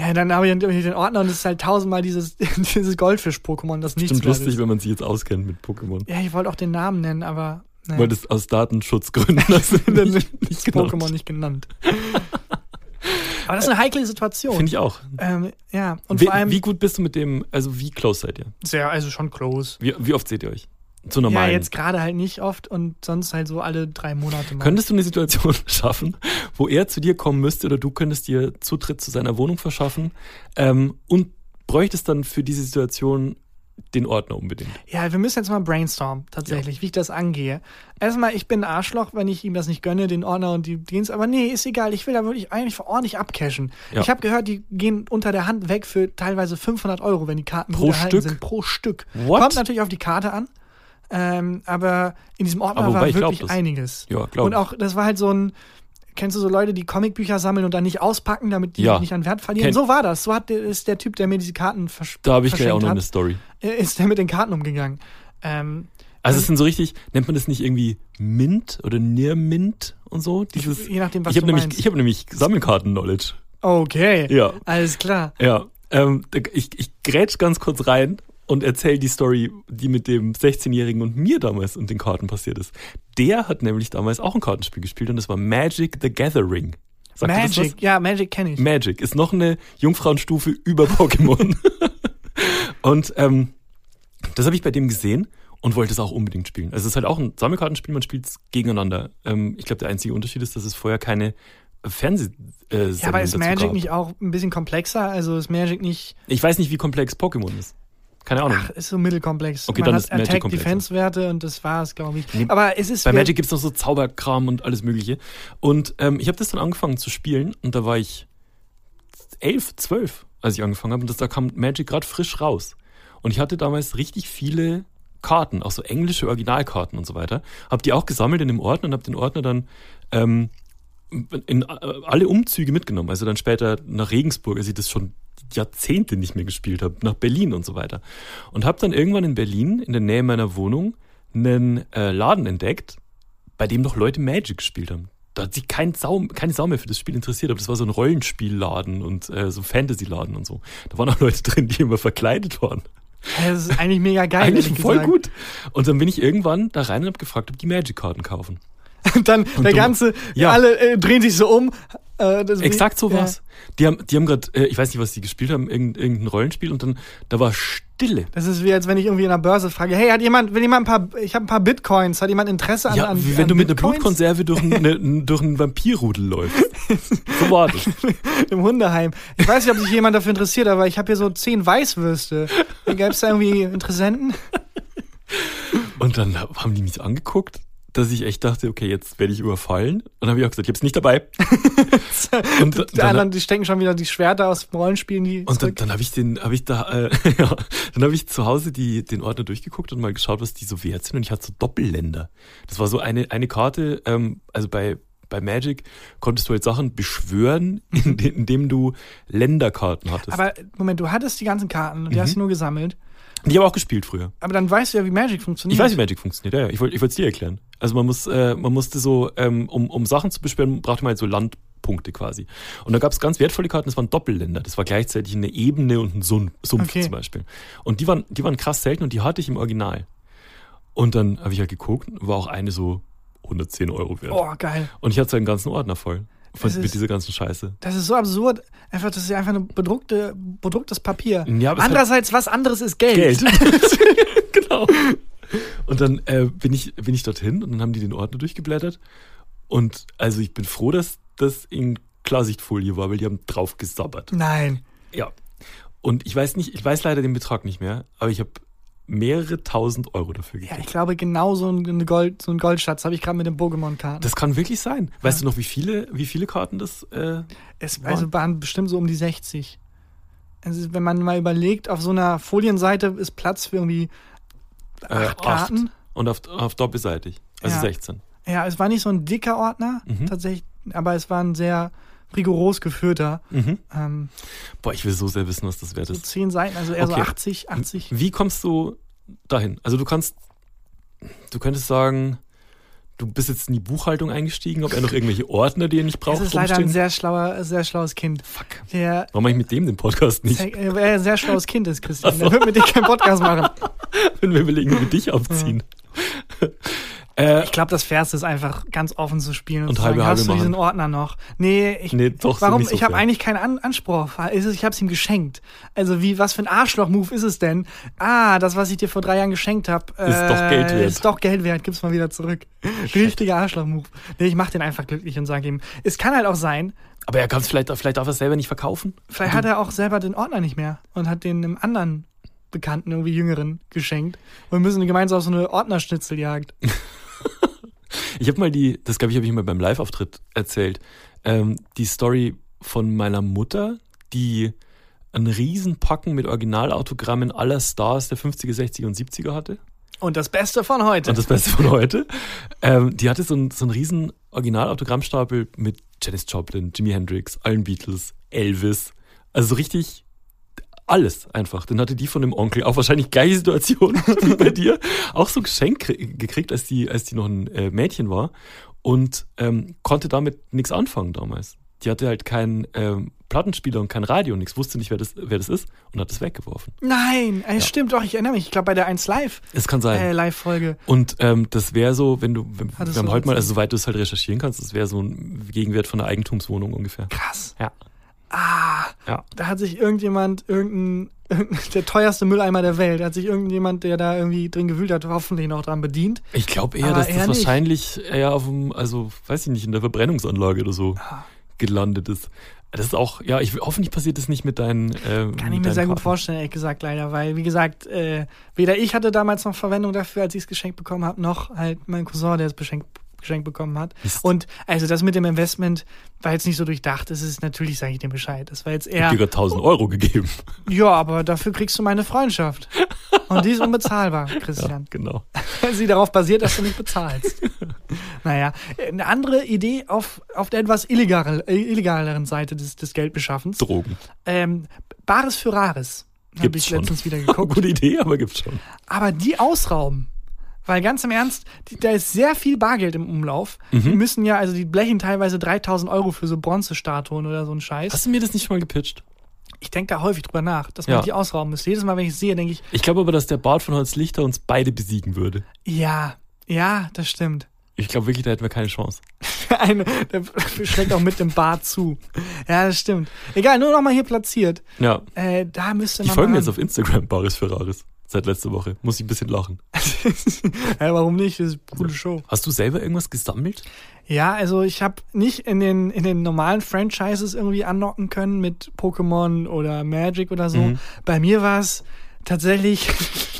S1: Ja, dann habe ich natürlich den Ordner und es ist halt tausendmal dieses, dieses Goldfisch-Pokémon, das nichts
S2: Stimmt
S1: wert ist.
S2: lustig, wenn man sich jetzt auskennt mit Pokémon.
S1: Ja, ich wollte auch den Namen nennen, aber naja,
S2: Weil das aus Datenschutzgründen das nicht,
S1: dann
S2: nicht,
S1: ist
S2: nicht
S1: Pokémon nicht genannt. aber das ist eine heikle Situation.
S2: Finde ich auch.
S1: ähm, ja, und
S2: wie,
S1: vor allem
S2: wie gut bist du mit dem, also wie close seid ihr?
S1: sehr, also schon close.
S2: Wie, wie oft seht ihr euch? Zu
S1: Ja,
S2: normalen.
S1: jetzt gerade halt nicht oft und sonst halt so alle drei Monate mal.
S2: Könntest du eine Situation schaffen, wo er zu dir kommen müsste oder du könntest dir Zutritt zu seiner Wohnung verschaffen ähm, und bräuchtest dann für diese Situation den Ordner unbedingt.
S1: Ja, wir müssen jetzt mal brainstormen, tatsächlich, wie ich das angehe. Erstmal, ich bin ein Arschloch, wenn ich ihm das nicht gönne, den Ordner und die Dienst. Aber nee, ist egal. Ich will da wirklich eigentlich ordentlich abcashen.
S2: Ja.
S1: Ich habe gehört, die gehen unter der Hand weg für teilweise 500 Euro, wenn die Karten
S2: Pro
S1: gut erhalten
S2: Stück?
S1: sind. Pro Stück.
S2: What?
S1: Kommt natürlich auf die Karte an. Ähm, aber in diesem Ordner
S2: Aber wobei,
S1: war
S2: ich glaub
S1: wirklich
S2: das.
S1: einiges.
S2: Ja, glaub
S1: und
S2: ich.
S1: auch, das war halt so ein, kennst du so Leute, die Comicbücher sammeln und dann nicht auspacken, damit die
S2: Ja.
S1: nicht an Wert verlieren?
S2: Kenn-
S1: so war das. So hat der, ist der Typ, der mir diese Karten versch
S2: Da habe ich gleich auch
S1: verschenkt
S2: noch
S1: hat
S2: eine Story.
S1: äh, ist der mit den Karten umgegangen. Ähm,
S2: Also es sind so richtig, nennt man das nicht irgendwie Mint oder Near Mint und so? Dieses,
S1: je nachdem, was
S2: ich
S1: du
S2: habe nämlich,
S1: meinst.
S2: ich habe nämlich Sammelkarten-Knowledge.
S1: okay,
S2: Ja.
S1: alles klar.
S2: Ja, ähm, da- ich, ich grätsch ganz kurz rein und erzähl die Story, die mit dem 16-Jährigen und mir damals und den Karten passiert ist. Der hat nämlich damals auch ein Kartenspiel gespielt und das war Magic the Gathering. Sagt dir das was?
S1: Magic, ja, Magic kenne ich.
S2: Magic ist noch eine Jungfrauenstufe über Pokémon. und ähm, das habe ich bei dem gesehen und wollte es auch unbedingt spielen. Also es ist halt auch ein Sammelkartenspiel, man spielt es gegeneinander. Ähm, ich glaube, der einzige Unterschied ist, dass es vorher keine Fernsehsendung
S1: ja, aber ist
S2: dazu
S1: Magic
S2: gab.
S1: nicht auch ein bisschen komplexer? Also ist Magic nicht,
S2: Ich weiß nicht, wie komplex Pokémon ist. Keine Ahnung.
S1: ach, ist so mittelkomplex.
S2: Okay,
S1: Man
S2: dann
S1: hat
S2: ist Magic
S1: Attack,
S2: komplexer.
S1: Defense-Werte und das war's, glaube ich. Aber es ist
S2: Bei Magic gibt's noch so Zauberkram und alles Mögliche. Und ähm, ich habe das dann angefangen zu spielen und da war ich elf, zwölf, als ich angefangen habe. Und das, da kam Magic gerade frisch raus. Und ich hatte damals richtig viele Karten, auch so englische Originalkarten und so weiter. Habe die auch gesammelt in dem Ordner und habe den Ordner dann ähm, in äh, alle Umzüge mitgenommen. Also dann später nach Regensburg, als ich das schon Jahrzehnte nicht mehr gespielt habe, nach Berlin und so weiter. Und habe dann irgendwann in Berlin, in der Nähe meiner Wohnung, einen äh, Laden entdeckt, bei dem noch Leute Magic gespielt haben. Da hat sich kein Sau, keine Sau mehr für das Spiel interessiert, aber das war so ein Rollenspielladen und äh, so ein Fantasy-Laden und so. Da waren auch Leute drin, die immer verkleidet waren.
S1: es ist eigentlich mega geil.
S2: Eigentlich
S1: ehrlich
S2: voll
S1: gesagt.
S2: gut. Und dann bin ich irgendwann da rein und habe gefragt, ob die Magic-Karten kaufen.
S1: Und dann der
S2: du-
S1: ganze,
S2: Ja.
S1: alle äh, drehen sich so um. Äh, das-
S2: Exakt so
S1: ja.
S2: war's. Die haben, die haben gerade, äh, ich weiß nicht, was die gespielt haben, irgendein, irgendein Rollenspiel und dann, da war Stille.
S1: Das ist wie, als wenn ich irgendwie in einer Börse frage, hey, hat jemand, will jemand ein paar, ich habe ein paar Bitcoins, hat jemand Interesse an,
S2: ja,
S1: an
S2: wie wenn
S1: an
S2: du mit einer
S1: Bitcoins?
S2: Blutkonserve durch, eine, durch einen Vampirrudel läufst. So war das.
S1: im Hundeheim. Ich weiß nicht, ob sich jemand dafür interessiert, aber ich habe hier so zehn Weißwürste. Gäbe es da irgendwie Interessenten?
S2: Und dann haben die mich so angeguckt, dass ich echt dachte, okay, jetzt werde ich überfallen. Und dann habe ich auch gesagt, ich hab's nicht dabei. und dann,
S1: Die anderen,
S2: dann,
S1: die stecken schon wieder die Schwerter aus dem Rollenspielen, die
S2: und dann,
S1: zurück.
S2: dann habe ich den, habe ich da, äh, ja, dann habe ich zu Hause die, den Ordner durchgeguckt und mal geschaut, was die so wert sind. Und ich hatte so Doppelländer. Das war so eine, eine Karte, ähm, also bei, bei Magic konntest du halt Sachen beschwören, in de- indem du Länderkarten hattest.
S1: aber Moment, du hattest die ganzen Karten
S2: Mhm.
S1: und die hast du nur gesammelt.
S2: die habe ich auch gespielt früher.
S1: Aber dann weißt du ja, wie Magic
S2: Ich
S1: funktioniert.
S2: weiß, wie Magic funktioniert, ja, ja. Ich wollte ich es dir erklären. Also man muss, äh, man musste so, ähm, um, um Sachen zu beschweren, brauchte man halt so Landpunkte quasi. Und da gab es ganz wertvolle Karten, das waren Doppelländer. Das war gleichzeitig eine Ebene und ein Sumpf, Sumpf
S1: Okay.
S2: zum Beispiel. Und die waren, die waren krass selten und die hatte ich im Original. Und dann habe ich halt geguckt, war auch eine so 110 Euro wert.
S1: Oh, geil.
S2: Und ich hatte so einen ganzen Ordner voll. Von,
S1: Das ist-
S2: mit dieser ganzen Scheiße.
S1: Das ist so absurd. Einfach, das ist ja einfach ein bedruckte, bedrucktes Papier.
S2: Ja, aber es hat-
S1: Andererseits, was anderes ist Geld.
S2: genau. Und dann äh, bin, ich, bin ich dorthin und dann haben die den Ordner durchgeblättert. Und also ich bin froh, dass das in Klarsichtfolie war, weil die haben drauf gesabbert.
S1: Nein.
S2: Ja. Und ich weiß nicht, ich weiß leider den Betrag nicht mehr, aber ich habe mehrere tausend Euro dafür
S1: Ja,
S2: gekriegt.
S1: ich glaube, genau so ein, Gold, so ein Goldschatz habe ich gerade mit den Pokémon-Karten.
S2: Das kann wirklich sein. Weißt du noch, wie viele, wie viele Karten das? Äh,
S1: Es also waren bestimmt so um die 60. Also wenn man mal überlegt, auf so einer Folienseite ist Platz für irgendwie
S2: äh,
S1: acht Karten.
S2: Und auf, auf doppelseitig. Also
S1: Ja.
S2: 16.
S1: Ja, es war nicht so ein dicker Ordner,
S2: Mhm.
S1: tatsächlich, aber es war ein sehr rigoros geführter. Ähm,
S2: Boah, ich will so sehr wissen, was Mhm. das wert
S1: so
S2: ist.
S1: zehn Seiten, also eher
S2: Okay.
S1: so 80, 80.
S2: Wie kommst du dahin? Also du kannst, du könntest sagen, du bist jetzt in die Buchhaltung eingestiegen, ob er noch irgendwelche Ordner, die er nicht braucht,
S1: Das ist leider ein
S2: rumstehen?
S1: sehr schlauer, sehr schlaues Kind.
S2: Fuck.
S1: Der
S2: Warum mache ich mit dem den Podcast nicht?
S1: äh, wer ein sehr schlaues Kind ist, Christian. Der wird mit dir keinen Podcast machen.
S2: Wenn wir überlegen, wie dich aufziehen. äh,
S1: Ich glaube, das Fairste ist einfach ganz offen zu spielen und,
S2: Und
S1: zu sagen,
S2: halbe, halbe
S1: hast du diesen
S2: machen.
S1: Ordner noch? Nee, ich,
S2: Nee, doch, so
S1: warum?
S2: nicht so
S1: ich habe
S2: fair.
S1: eigentlich keinen An Anspruch. Ist es, ich habe es ihm geschenkt. Also wie, was für ein Arschloch-Move ist es denn? Ah, das, was ich dir vor drei Jahren geschenkt habe,
S2: Ist doch Geld wert.
S1: Ist doch Geld wert. Gib's mal wieder zurück. Richtiger Arschloch-Move. Nee, ich mach den einfach glücklich und sage ihm, es kann halt auch sein,
S2: aber er kann es vielleicht, vielleicht darf er es selber nicht verkaufen.
S1: vielleicht hat er auch selber den Ordner nicht mehr und hat den einem anderen Bekannten, irgendwie Jüngeren geschenkt. Und wir müssen gemeinsam auf so eine Ordnerschnitzeljagd.
S2: Ich habe mal die, das glaube ich, habe ich mal beim Live-Auftritt erzählt, ähm, die Story von meiner Mutter, die einen riesen Packen mit Originalautogrammen aller Stars der 50er, 60er und 70er hatte.
S1: Und das Beste von heute.
S2: Und das Beste von heute. Ähm, die hatte so, ein, so einen riesen Original-Autogrammstapel mit Janis Joplin, Jimi Hendrix, allen Beatles, Elvis. Also so richtig alles einfach. Den hatte die von dem Onkel, auch wahrscheinlich gleiche Situation wie bei dir, auch so ein Geschenk krie- gekriegt, als die, als die noch ein äh, Mädchen war und ähm, konnte damit nichts anfangen damals. Die hatte halt keinen ähm, Plattenspieler und kein Radio, nichts, wusste nicht, wer das, wer das ist und hat es weggeworfen.
S1: Nein, ey, stimmt doch, ich erinnere mich. Ich glaube, bei der 1 Live,
S2: Es kann sein.
S1: äh, Live-Folge.
S2: Und ähm, das wäre so, wenn du, wenn,
S1: Hattest
S2: wir haben
S1: du
S2: heute mal,
S1: erzählt?
S2: also soweit du es halt recherchieren kannst, das wäre so ein Gegenwert von einer Eigentumswohnung ungefähr.
S1: Krass.
S2: Ja.
S1: Ah,
S2: Ja.
S1: da hat sich irgendjemand, irgendein, irgendein- der teuerste Mülleimer der Welt, hat sich irgendjemand, der da irgendwie drin gewühlt hat, hoffentlich noch dran bedient.
S2: Ich glaube eher,
S1: Aber
S2: dass das
S1: eher nicht.
S2: wahrscheinlich eher auf dem, also weiß ich nicht, in der Verbrennungsanlage oder so
S1: Ah.
S2: gelandet ist. Das ist auch, ja, ich will- hoffentlich passiert das nicht mit deinen. Äh,
S1: Kann ich mir sehr gut vorstellen, ehrlich gesagt, leider, weil, wie gesagt, äh, weder ich hatte damals noch Verwendung dafür, als ich es geschenkt bekommen habe, noch halt mein Cousin, der es beschenkt, geschenkt bekommen hat.
S2: Mist.
S1: Und also das mit dem Investment war jetzt nicht so durchdacht, es ist natürlich, sage ich dir Bescheid. Das war jetzt
S2: Ja.
S1: eher,
S2: Dir 1000 Euro gegeben.
S1: ja, aber dafür kriegst du meine Freundschaft. Und die ist unbezahlbar, Christian.
S2: Genau.
S1: sie darauf basiert, dass du nicht bezahlst. naja, eine andere Idee auf, auf der etwas illegal, äh, illegaleren Seite des, des Geldbeschaffens.
S2: Drogen.
S1: Ähm, Bares für Rares. Habe
S2: Gibt's
S1: ich
S2: schon.
S1: letztens wieder geguckt.
S2: Gute Idee, aber gibt's schon.
S1: Aber die ausrauben. Weil ganz im Ernst, die, da ist sehr viel Bargeld im Umlauf.
S2: Mhm.
S1: Die müssen ja, also die blechen teilweise 3000 Euro für so Bronzestatuen oder so einen Scheiß.
S2: Hast du mir das nicht schon mal gepitcht?
S1: Ich denke da häufig drüber nach, dass man
S2: Ja.
S1: die ausrauben müsste. Jedes Mal, wenn ich es sehe, denke ich,
S2: Ich glaube aber, dass der Bart von Holz Lichter uns beide besiegen würde.
S1: ja, ja, das stimmt.
S2: Ich glaube wirklich, da hätten wir keine Chance.
S1: Eine, der schlägt auch mit dem Bart zu. Ja, das stimmt. Egal, nur nochmal hier platziert.
S2: Ja.
S1: Äh, da müsste
S2: Die
S1: man.
S2: folgen mir
S1: mal
S2: jetzt auf Instagram, Baris Ferraris. Seit letzter Woche. Muss ich ein bisschen lachen.
S1: ja, warum nicht? Das ist eine coole Show.
S2: Hast du selber irgendwas gesammelt?
S1: Ja, also ich habe nicht in den, in den normalen Franchises irgendwie anlocken können mit Pokémon oder Magic oder so.
S2: Mhm.
S1: Bei mir war es tatsächlich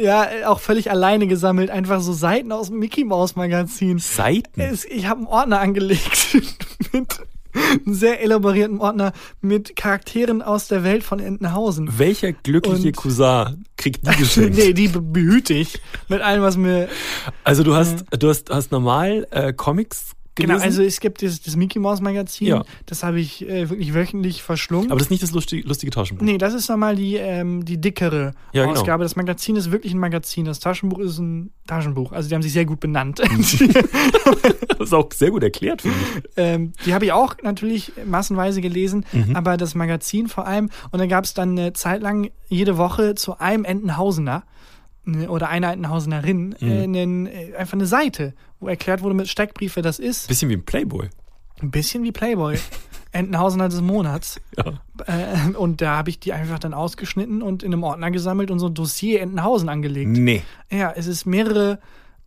S1: ja auch völlig alleine gesammelt, einfach so Seiten aus dem Mickey Mouse Magazin.
S2: Seiten.
S1: Es, ich habe einen Ordner angelegt mit einem sehr elaborierten Ordner mit Charakteren aus der Welt von Entenhausen.
S2: Welcher glückliche
S1: Und-
S2: Cousin kriegt die geschenkt?
S1: nee, die be- behüte ich mit allem, was mir.
S2: Also du hast, du hast, hast normal äh, Comics gelesen,
S1: Genau, also es gibt das, das Mickey Mouse Magazin,
S2: Ja.
S1: das habe ich äh, wirklich wöchentlich verschlungen.
S2: aber das ist nicht das lustige, lustige Taschenbuch.
S1: nee, das ist nochmal die, ähm, die dickere
S2: Ja, genau.
S1: Ausgabe. Das Magazin ist wirklich ein Magazin. Das Taschenbuch ist ein Taschenbuch. Also die haben sich sehr gut benannt. Die-
S2: Das ist auch sehr gut erklärt, finde ich.
S1: Ähm, die habe ich auch natürlich massenweise gelesen,
S2: Mhm.
S1: aber das Magazin vor allem. Und dann gab es dann eine Zeit lang jede Woche zu einem Entenhausener ne, oder einer Entenhausenerin
S2: Mhm.
S1: äh, nen- äh, einfach eine Seite, wo erklärt wurde mit Steckbrief, wer das ist.
S2: Bisschen wie ein Playboy.
S1: Ein bisschen wie Playboy. Entenhausener des Monats.
S2: Ja.
S1: Äh, und da habe ich die einfach dann ausgeschnitten und in einem Ordner gesammelt und so ein Dossier Entenhausen angelegt.
S2: Nee.
S1: Ja, es ist mehrere,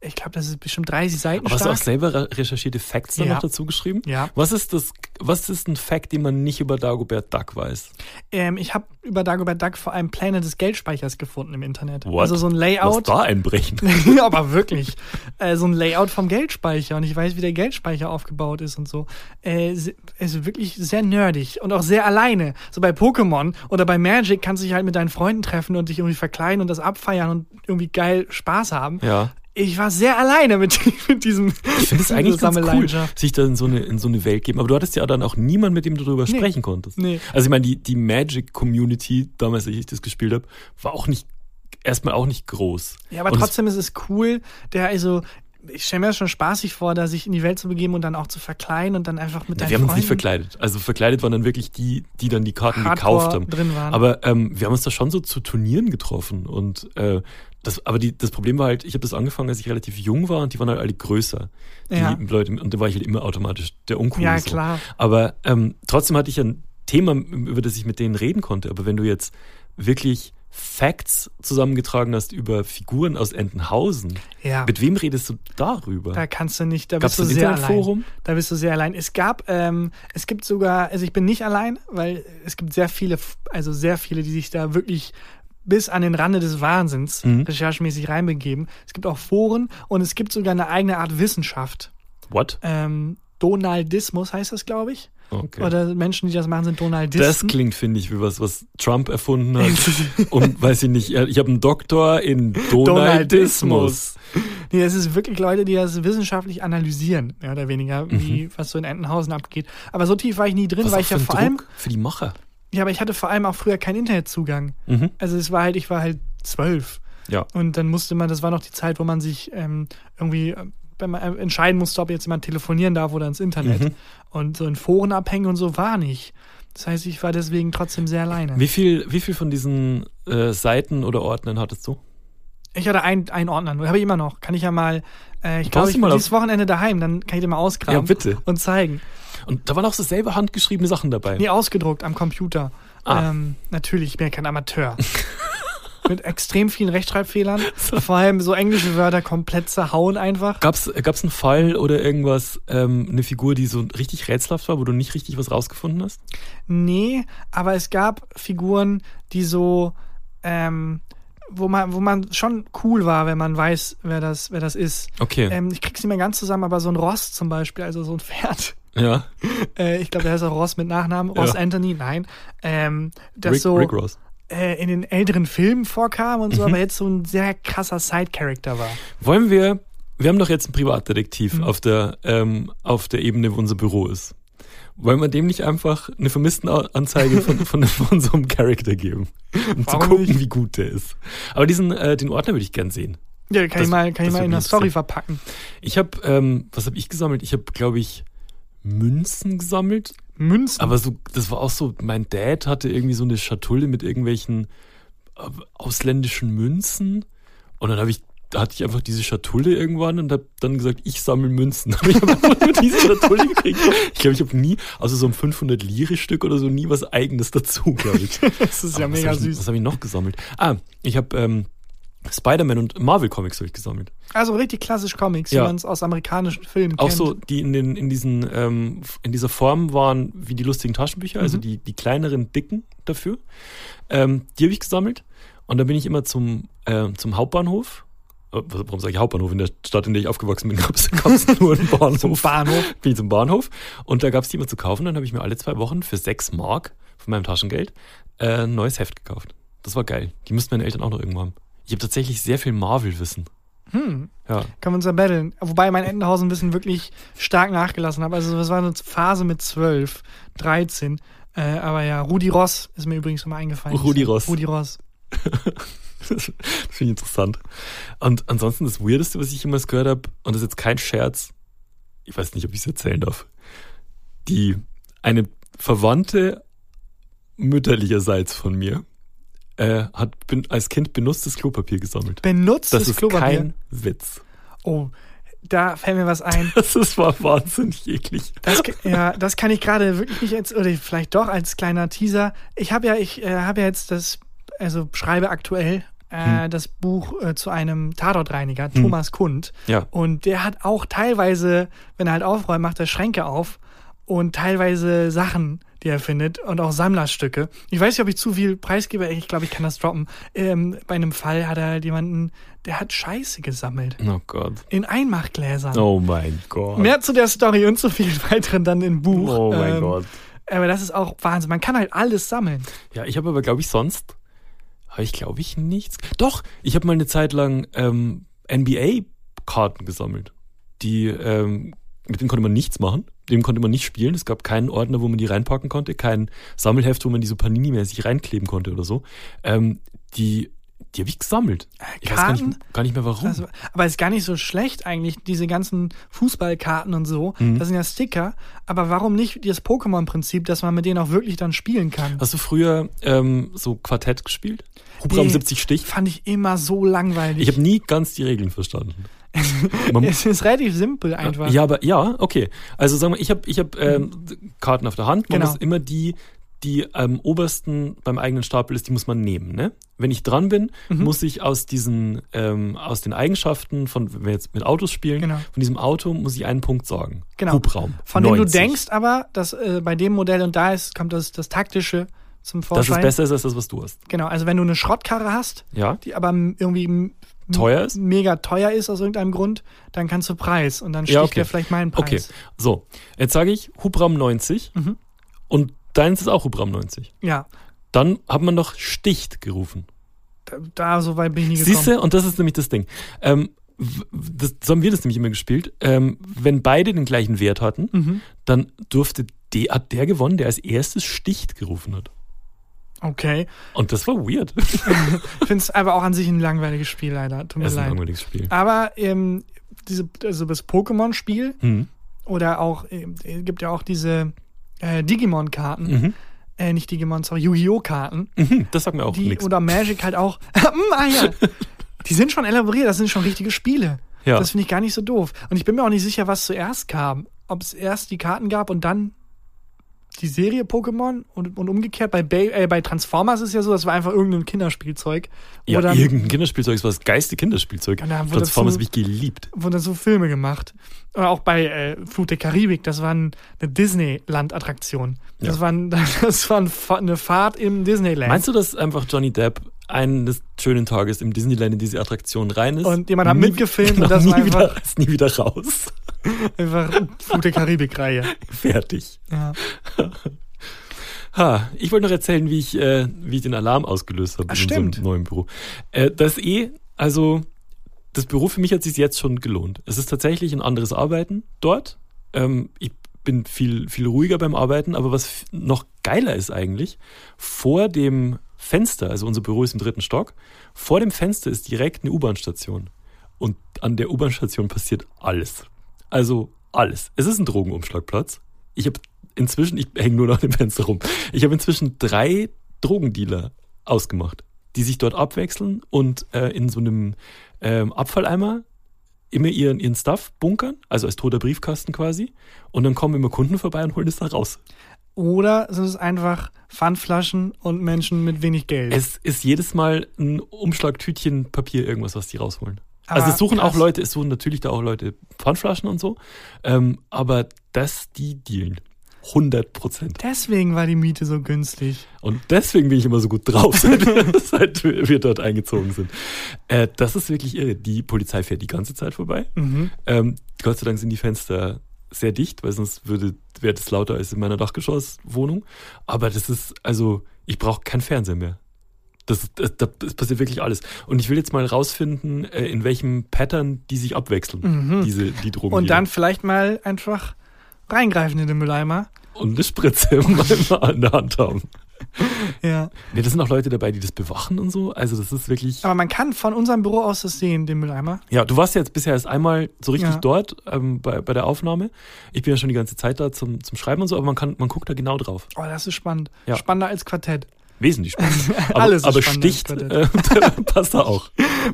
S1: ich glaube, das ist bestimmt 30 Seiten
S2: Aber hast du auch
S1: stark.
S2: selber re- recherchierte Facts dann
S1: Ja.
S2: noch dazu geschrieben?
S1: Ja.
S2: Was ist das, was ist ein Fact, den man nicht über Dagobert Duck weiß?
S1: Ähm, ich habe über Dagobert Duck vor allem Pläne des Geldspeichers gefunden im Internet.
S2: What?
S1: Also so ein
S2: Lass
S1: Layout.
S2: da einbrechen.
S1: aber wirklich. Äh, so ein Layout vom Geldspeicher. Und ich weiß, wie der Geldspeicher aufgebaut ist und so. Äh, se- also wirklich sehr nerdig und auch sehr alleine. So bei Pokémon oder bei Magic kannst du dich halt mit deinen Freunden treffen und dich irgendwie verkleiden und das abfeiern und irgendwie geil Spaß haben.
S2: Ja.
S1: Ich war sehr alleine mit, mit diesem
S2: Ich finde es eigentlich ganz cool,
S1: Sammelleidenschaft.
S2: sich da in so, eine, in so eine Welt geben. Aber du hattest ja dann auch niemanden, mit dem du darüber sprechen konntest.
S1: Nee.
S2: Also ich meine, die, die Magic-Community, damals, als ich das gespielt habe, war auch nicht, erstmal auch nicht groß.
S1: Ja, aber
S2: Und es
S1: trotzdem ist es cool, der also ich stelle mir das schon spaßig vor, da sich in die Welt zu begeben und dann auch zu verkleiden und dann einfach mit
S2: Na,
S1: deinen
S2: wir haben uns
S1: Freunden.
S2: nicht verkleidet. Also verkleidet waren dann wirklich die, die dann die Karten
S1: Hardcore
S2: gekauft haben.
S1: drin waren.
S2: Aber ähm, wir haben uns da schon so zu Turnieren getroffen. Und äh, das, aber die, das Problem war halt, ich habe das angefangen, als ich relativ jung war und die waren halt alle größer. Die
S1: Ja.
S2: Leute, und da war ich halt immer automatisch der Uncool.
S1: Ja,
S2: so.
S1: klar.
S2: Aber ähm, trotzdem hatte ich ein Thema, über das ich mit denen reden konnte. Aber wenn du jetzt wirklich Facts zusammengetragen hast über Figuren aus Entenhausen.
S1: Ja.
S2: Mit wem redest du darüber?
S1: Da kannst du nicht, da
S2: Gab's
S1: bist du
S2: ein
S1: sehr
S2: Internetforum?
S1: allein. Da bist du sehr allein. Es gab, ähm, es gibt sogar, also ich bin nicht allein, weil es gibt sehr viele, also sehr viele, die sich da wirklich bis an den Rande des Wahnsinns
S2: Mhm.
S1: recherchemäßig reinbegeben. Es gibt auch Foren und es gibt sogar eine eigene Art Wissenschaft.
S2: What?
S1: Ähm, Donaldismus heißt das, glaube ich.
S2: Okay.
S1: Oder Menschen, die das machen, sind
S2: das
S1: Donaldisten.
S2: klingt, finde ich, wie was, was Trump erfunden hat. Und weiß ich nicht, ich habe einen Doktor in Donaldismus.
S1: Nee, es ist wirklich Leute, die das wissenschaftlich analysieren, mehr oder weniger, wie was so in Entenhausen abgeht. Aber so tief war ich nie drin,
S2: Mhm. Was
S1: weil
S2: auch
S1: ich ja
S2: für ein
S1: vor allem,
S2: Druck für die Macher.
S1: ja, aber ich hatte vor allem auch früher keinen Internetzugang.
S2: Mhm.
S1: Also es war halt, ich war halt zwölf.
S2: Ja.
S1: Und dann musste man, das war noch die Zeit, wo man sich ähm, irgendwie äh, wenn man äh, entscheiden musste, ob jetzt jemand telefonieren darf oder ins Internet.
S2: Mhm.
S1: Und so in Foren abhängen und so war nicht. Das heißt, ich war deswegen trotzdem sehr alleine.
S2: Wie viel, wie viel von diesen äh, Seiten oder Ordnern hattest du?
S1: Ich hatte einen, einen Ordner, nur habe ich immer noch. Kann ich ja mal, äh, ich glaube,
S2: Baust
S1: ich
S2: du mal
S1: bin
S2: auf-
S1: dieses Wochenende daheim, dann kann ich dir mal ausgraben
S2: Ja, bitte.
S1: und zeigen.
S2: Und da waren auch so selber handgeschriebene Sachen dabei.
S1: Nee, ausgedruckt am Computer.
S2: Ah.
S1: Ähm, natürlich, ich bin ja kein Amateur. Mit extrem vielen Rechtschreibfehlern. Vor allem so englische Wörter komplett zerhauen einfach.
S2: Gab's, gab's einen Fall oder irgendwas, ähm, eine Figur, die so richtig rätselhaft war, wo du nicht richtig was rausgefunden hast?
S1: Nee, aber es gab Figuren, die so, ähm, wo man, wo man schon cool war, wenn man weiß, wer das, wer das ist.
S2: Okay.
S1: Ähm, ich krieg's nicht mehr ganz zusammen, aber so ein Ross zum Beispiel, also so ein Pferd.
S2: ja.
S1: Äh, ich glaube, der heißt auch Ross mit Nachnamen. Ross
S2: Ja.
S1: Anthony, nein. Ähm, das
S2: Rick,
S1: so
S2: Rick Ross.
S1: äh, in den älteren Filmen vorkam und so,
S2: Mhm.
S1: aber jetzt so ein sehr krasser Side-Character war.
S2: Wollen wir, wir haben doch jetzt einen Privatdetektiv auf, der, ähm, auf der Ebene, wo unser Büro ist. Wollen wir dem nicht einfach eine Vermisstenanzeige von, von, von so einem Charakter geben? Um zu
S1: Warum
S2: gucken, wie gut der ist. Aber diesen, äh, den Ordner würde ich gern sehen.
S1: Ja, kann
S2: Das-
S1: ich mal, kann ich mal
S2: das wird
S1: in der
S2: mich
S1: Story
S2: interessieren.
S1: verpacken.
S2: Ich habe, ähm, was habe ich gesammelt? Ich habe, glaube ich, Münzen gesammelt.
S1: Münzen.
S2: Aber so, das war auch so, mein Dad hatte irgendwie so eine Schatulle mit irgendwelchen äh, ausländischen Münzen. Und dann habe ich, da hatte ich einfach diese Schatulle irgendwann und habe dann gesagt, ich sammle Münzen. Aber ich habe einfach nur diese Schatulle gekriegt. Ich glaube, ich habe nie, also so ein 500 Lire Stück oder so, nie was eigenes dazu, glaube ich.
S1: das ist ja
S2: Aber was
S1: mega
S2: hab ich, Was
S1: süß.
S2: habe ich noch gesammelt? Ah, ich habe ähm, Spider-Man und Marvel Comics habe ich gesammelt.
S1: Also richtig klassisch Comics,
S2: Ja.
S1: wie man es aus amerikanischen Filmen
S2: Auch
S1: kennt.
S2: so, die in, den, in, diesen, ähm, in dieser Form waren wie die lustigen Taschenbücher,
S1: Mhm.
S2: also die, die kleineren, dicken dafür. Ähm, die habe ich gesammelt. Und dann bin ich immer zum, ähm, zum Hauptbahnhof. Äh, Warum sage ich Hauptbahnhof? In der Stadt, in der ich aufgewachsen bin, gab es nur einen Bahnhof.
S1: Zum Bahnhof.
S2: bin ich zum Bahnhof. Und da gab es die immer zu kaufen. Dann habe ich mir alle zwei Wochen für sechs Mark von meinem Taschengeld äh, ein neues Heft gekauft. Das war geil. Die müssten meine Eltern auch noch irgendwo haben. Ich habe tatsächlich sehr viel Marvel-Wissen.
S1: Hm,
S2: Ja.
S1: können wir uns ja battlen. Wobei mein Entenhausen-Wissen wirklich stark nachgelassen hat. Also das war eine Phase mit 12, 13. Äh, aber ja, Rudi Ross ist mir übrigens nochmal eingefallen.
S2: Rudi Ross.
S1: Rudi Ross.
S2: Das finde ich interessant. Und ansonsten das Weirdeste, was ich jemals gehört habe, und das ist jetzt kein Scherz, ich weiß nicht, ob ich es erzählen darf, die eine Verwandte mütterlicherseits von mir äh, hat ben, als Kind benutztes Klopapier gesammelt.
S1: Benutzt
S2: Das ist
S1: Klopapier.
S2: kein Witz.
S1: oh, da fällt mir was ein.
S2: Das ist, war wahnsinnig eklig.
S1: Das, k- ja, das kann ich gerade wirklich nicht als, oder vielleicht doch als kleiner Teaser. Ich habe ja, ich äh, habe ja jetzt das, also schreibe aktuell äh,
S2: Hm.
S1: das Buch äh, zu einem Tatortreiniger, Thomas Kund.
S2: Ja.
S1: Und der hat auch teilweise, wenn er halt aufräumt, macht er Schränke auf und teilweise Sachen, die er findet und auch Sammlerstücke. Ich weiß nicht, ob ich zu viel preisgebe, ich glaube, ich kann das droppen. Ähm, bei einem Fall hat er halt jemanden, der hat Scheiße gesammelt.
S2: Oh Gott.
S1: In Einmachgläsern.
S2: Oh mein Gott.
S1: Mehr zu der Story und zu vielen weiteren dann im Buch.
S2: oh mein
S1: Ähm,
S2: Gott.
S1: Aber das ist auch Wahnsinn. Man kann halt alles sammeln.
S2: Ja, ich habe aber, glaube ich, sonst habe ich, glaube ich, nichts. Doch, ich habe mal eine Zeit lang ähm, NBA-Karten gesammelt. Die, ähm, mit denen konnte man nichts machen. Dem konnte man nicht spielen. Es gab keinen Ordner, wo man die reinpacken konnte, kein Sammelheft, wo man die so panini-mäßig reinkleben konnte oder so. Ähm, die die habe ich gesammelt. Ich weiß gar
S1: Äh, Karten?
S2: nicht, gar nicht mehr warum.
S1: Also, aber ist gar nicht so schlecht eigentlich, diese ganzen Fußballkarten und so.
S2: Mhm.
S1: Das sind ja Sticker. Aber warum nicht das Pokémon-Prinzip, dass man mit denen auch wirklich dann spielen kann?
S2: Hast du früher ähm, so Quartett gespielt? Hubraum
S1: Nee.
S2: 70 Stich?
S1: Fand ich immer so langweilig.
S2: Ich habe nie ganz die Regeln verstanden. Man,
S1: es ist relativ simpel einfach.
S2: Ja, aber ja, okay. Also sagen wir, ich habe ich hab, ähm, Karten auf der Hand. Man
S1: Mhm. Genau.
S2: muss immer die, die am obersten beim eigenen Stapel ist, die muss man nehmen. Ne? Wenn ich dran bin,
S1: Mhm.
S2: muss ich aus diesen, ähm, aus den Eigenschaften von, wenn wir jetzt mit Autos spielen,
S1: Genau.
S2: von diesem Auto muss ich einen Punkt sorgen.
S1: Genau.
S2: Hubraum.
S1: Von dem du
S2: 90.
S1: denkst, aber dass äh, bei dem Modell und da ist, kommt das, das Taktische zum
S2: dass es
S1: Vorschein.
S2: besser ist als das, was du hast.
S1: Genau, also wenn du eine Schrottkarre hast,
S2: Ja.
S1: die Hm, aber m- irgendwie m-
S2: Teuer ist?
S1: mega teuer ist aus irgendeinem Grund, dann kannst du Preis und dann sticht
S2: Ja, okay.
S1: dir vielleicht meinen
S2: Okay,
S1: Preis. Mhm.
S2: so. Jetzt sage ich Hubraum 90 und deins ist auch Hubraum 90.
S1: Ja,
S2: Dann hat man noch Sticht gerufen.
S1: da, da so weit bin ich nie gekommen.
S2: Siehste, und das ist nämlich das Ding. Ähm, w- w- das, so haben wir das nämlich immer gespielt. Ähm, wenn beide den gleichen Wert hatten,
S1: Mhm.
S2: dann durfte der, hat der gewonnen, der als erstes Sticht gerufen hat.
S1: Okay.
S2: Und das war weird.
S1: Ich finde es aber auch an sich ein langweiliges Spiel, leider. Tut mir
S2: Das ist ein
S1: leid.
S2: langweiliges Spiel.
S1: Aber ähm, diese, also das Pokémon-Spiel
S2: Hm.
S1: oder auch, ähm, äh, gibt ja auch diese äh, Digimon-Karten.
S2: Mhm.
S1: Äh, nicht Digimon, sorry, Yu-Gi-Oh!-Karten.
S2: Mhm, das sagt mir auch
S1: die
S2: nichts.
S1: oder Magic halt auch. Hm, ah ja. Die sind schon elaboriert, das sind schon richtige Spiele.
S2: Ja.
S1: Das finde ich gar nicht so doof. Und ich bin mir auch nicht sicher, was zuerst kam. Ob es erst die Karten gab und dann die Serie Pokémon und, und umgekehrt. Bei, Bay, äh, bei Transformers ist ja so, das war einfach irgendein Kinderspielzeug.
S2: Ja,
S1: oder
S2: irgendein Kinderspielzeug, das war das geilste Kinderspielzeug.
S1: Und dann wurde
S2: Transformers
S1: zu-
S2: habe ich geliebt.
S1: wurden so Filme gemacht. Oder auch bei äh, Flut der Karibik, das war ein, eine Disneyland-Attraktion. Das
S2: Ja.
S1: war, ein, das war ein, Fa- eine Fahrt im Disneyland.
S2: Meinst du, dass einfach Johnny Depp eines schönen Tages im Disneyland in diese Attraktion rein ist?
S1: Und jemand hat
S2: nie-
S1: mitgefilmt und
S2: genau,
S1: das
S2: nie
S1: war einfach-
S2: wieder, ist nie wieder raus.
S1: Einfach Flut der Karibik-Reihe.
S2: Fertig.
S1: Ja.
S2: Ha, ich wollte noch erzählen, wie ich, äh, wie ich den Alarm ausgelöst habe
S1: Ah,
S2: in
S1: stimmt.
S2: unserem neuen Büro. Äh, das eh, also das Büro für mich hat sich jetzt schon gelohnt. Es ist tatsächlich ein anderes Arbeiten dort. Ähm, ich bin viel, viel ruhiger beim Arbeiten, aber was f- noch geiler ist eigentlich, vor dem Fenster, also unser Büro ist im dritten Stock, vor dem Fenster ist direkt eine U-Bahn-Station. Und an der U-Bahn-Station passiert alles. Also alles. Es ist ein Drogenumschlagplatz. Ich habe inzwischen, ich hänge nur noch an dem Fenster rum, ich habe inzwischen drei Drogendealer ausgemacht, die sich dort abwechseln und äh, in so einem ähm, Abfalleimer immer ihren, ihren Stuff bunkern, also als toter Briefkasten quasi. Und dann kommen immer Kunden vorbei und holen es da raus.
S1: Oder sind es einfach Pfandflaschen und Menschen mit wenig Geld?
S2: Es ist jedes Mal ein Umschlag Tütchen Papier irgendwas, was die rausholen.
S1: Aber
S2: also es suchen
S1: krass.
S2: auch Leute, es suchen natürlich da auch Leute Pfandflaschen und so, ähm, aber dass die dealen. 100 Prozent.
S1: Deswegen war die Miete so günstig.
S2: Und deswegen bin ich immer so gut drauf, seit, seit wir wir dort eingezogen sind. Äh, das ist wirklich irre. Die Polizei fährt die ganze Zeit vorbei.
S1: Mhm.
S2: Ähm, Gott sei Dank sind die Fenster sehr dicht, weil sonst würde, wäre das lauter als in meiner Dachgeschosswohnung. Aber das ist, also, ich brauche keinen Fernseher mehr. Das, ist- das, das, das passiert wirklich alles. Und ich will jetzt mal rausfinden, äh, in welchem Pattern die sich abwechseln, diese, die Drogen.
S1: Mhm. Und dann vielleicht mal einfach reingreifen in den Mülleimer.
S2: Und eine Spritze mal in der Hand haben.
S1: Ja.
S2: Ja, das sind auch Leute dabei, die das bewachen und so. Also, das ist wirklich.
S1: Aber man kann von unserem Büro aus das sehen, den Mülleimer.
S2: Ja, du warst jetzt bisher erst einmal so richtig
S1: Ja.
S2: dort ähm, bei, bei der Aufnahme. Ich bin ja schon die ganze Zeit da zum, zum Schreiben und so, aber man, kann, man guckt da genau drauf.
S1: Oh, das ist spannend.
S2: Ja.
S1: Spannender als Quartett.
S2: Wesentlich spannend. Aber,
S1: Alles ist
S2: aber
S1: spannend,
S2: sticht, äh,
S1: Quartett.
S2: passt da auch.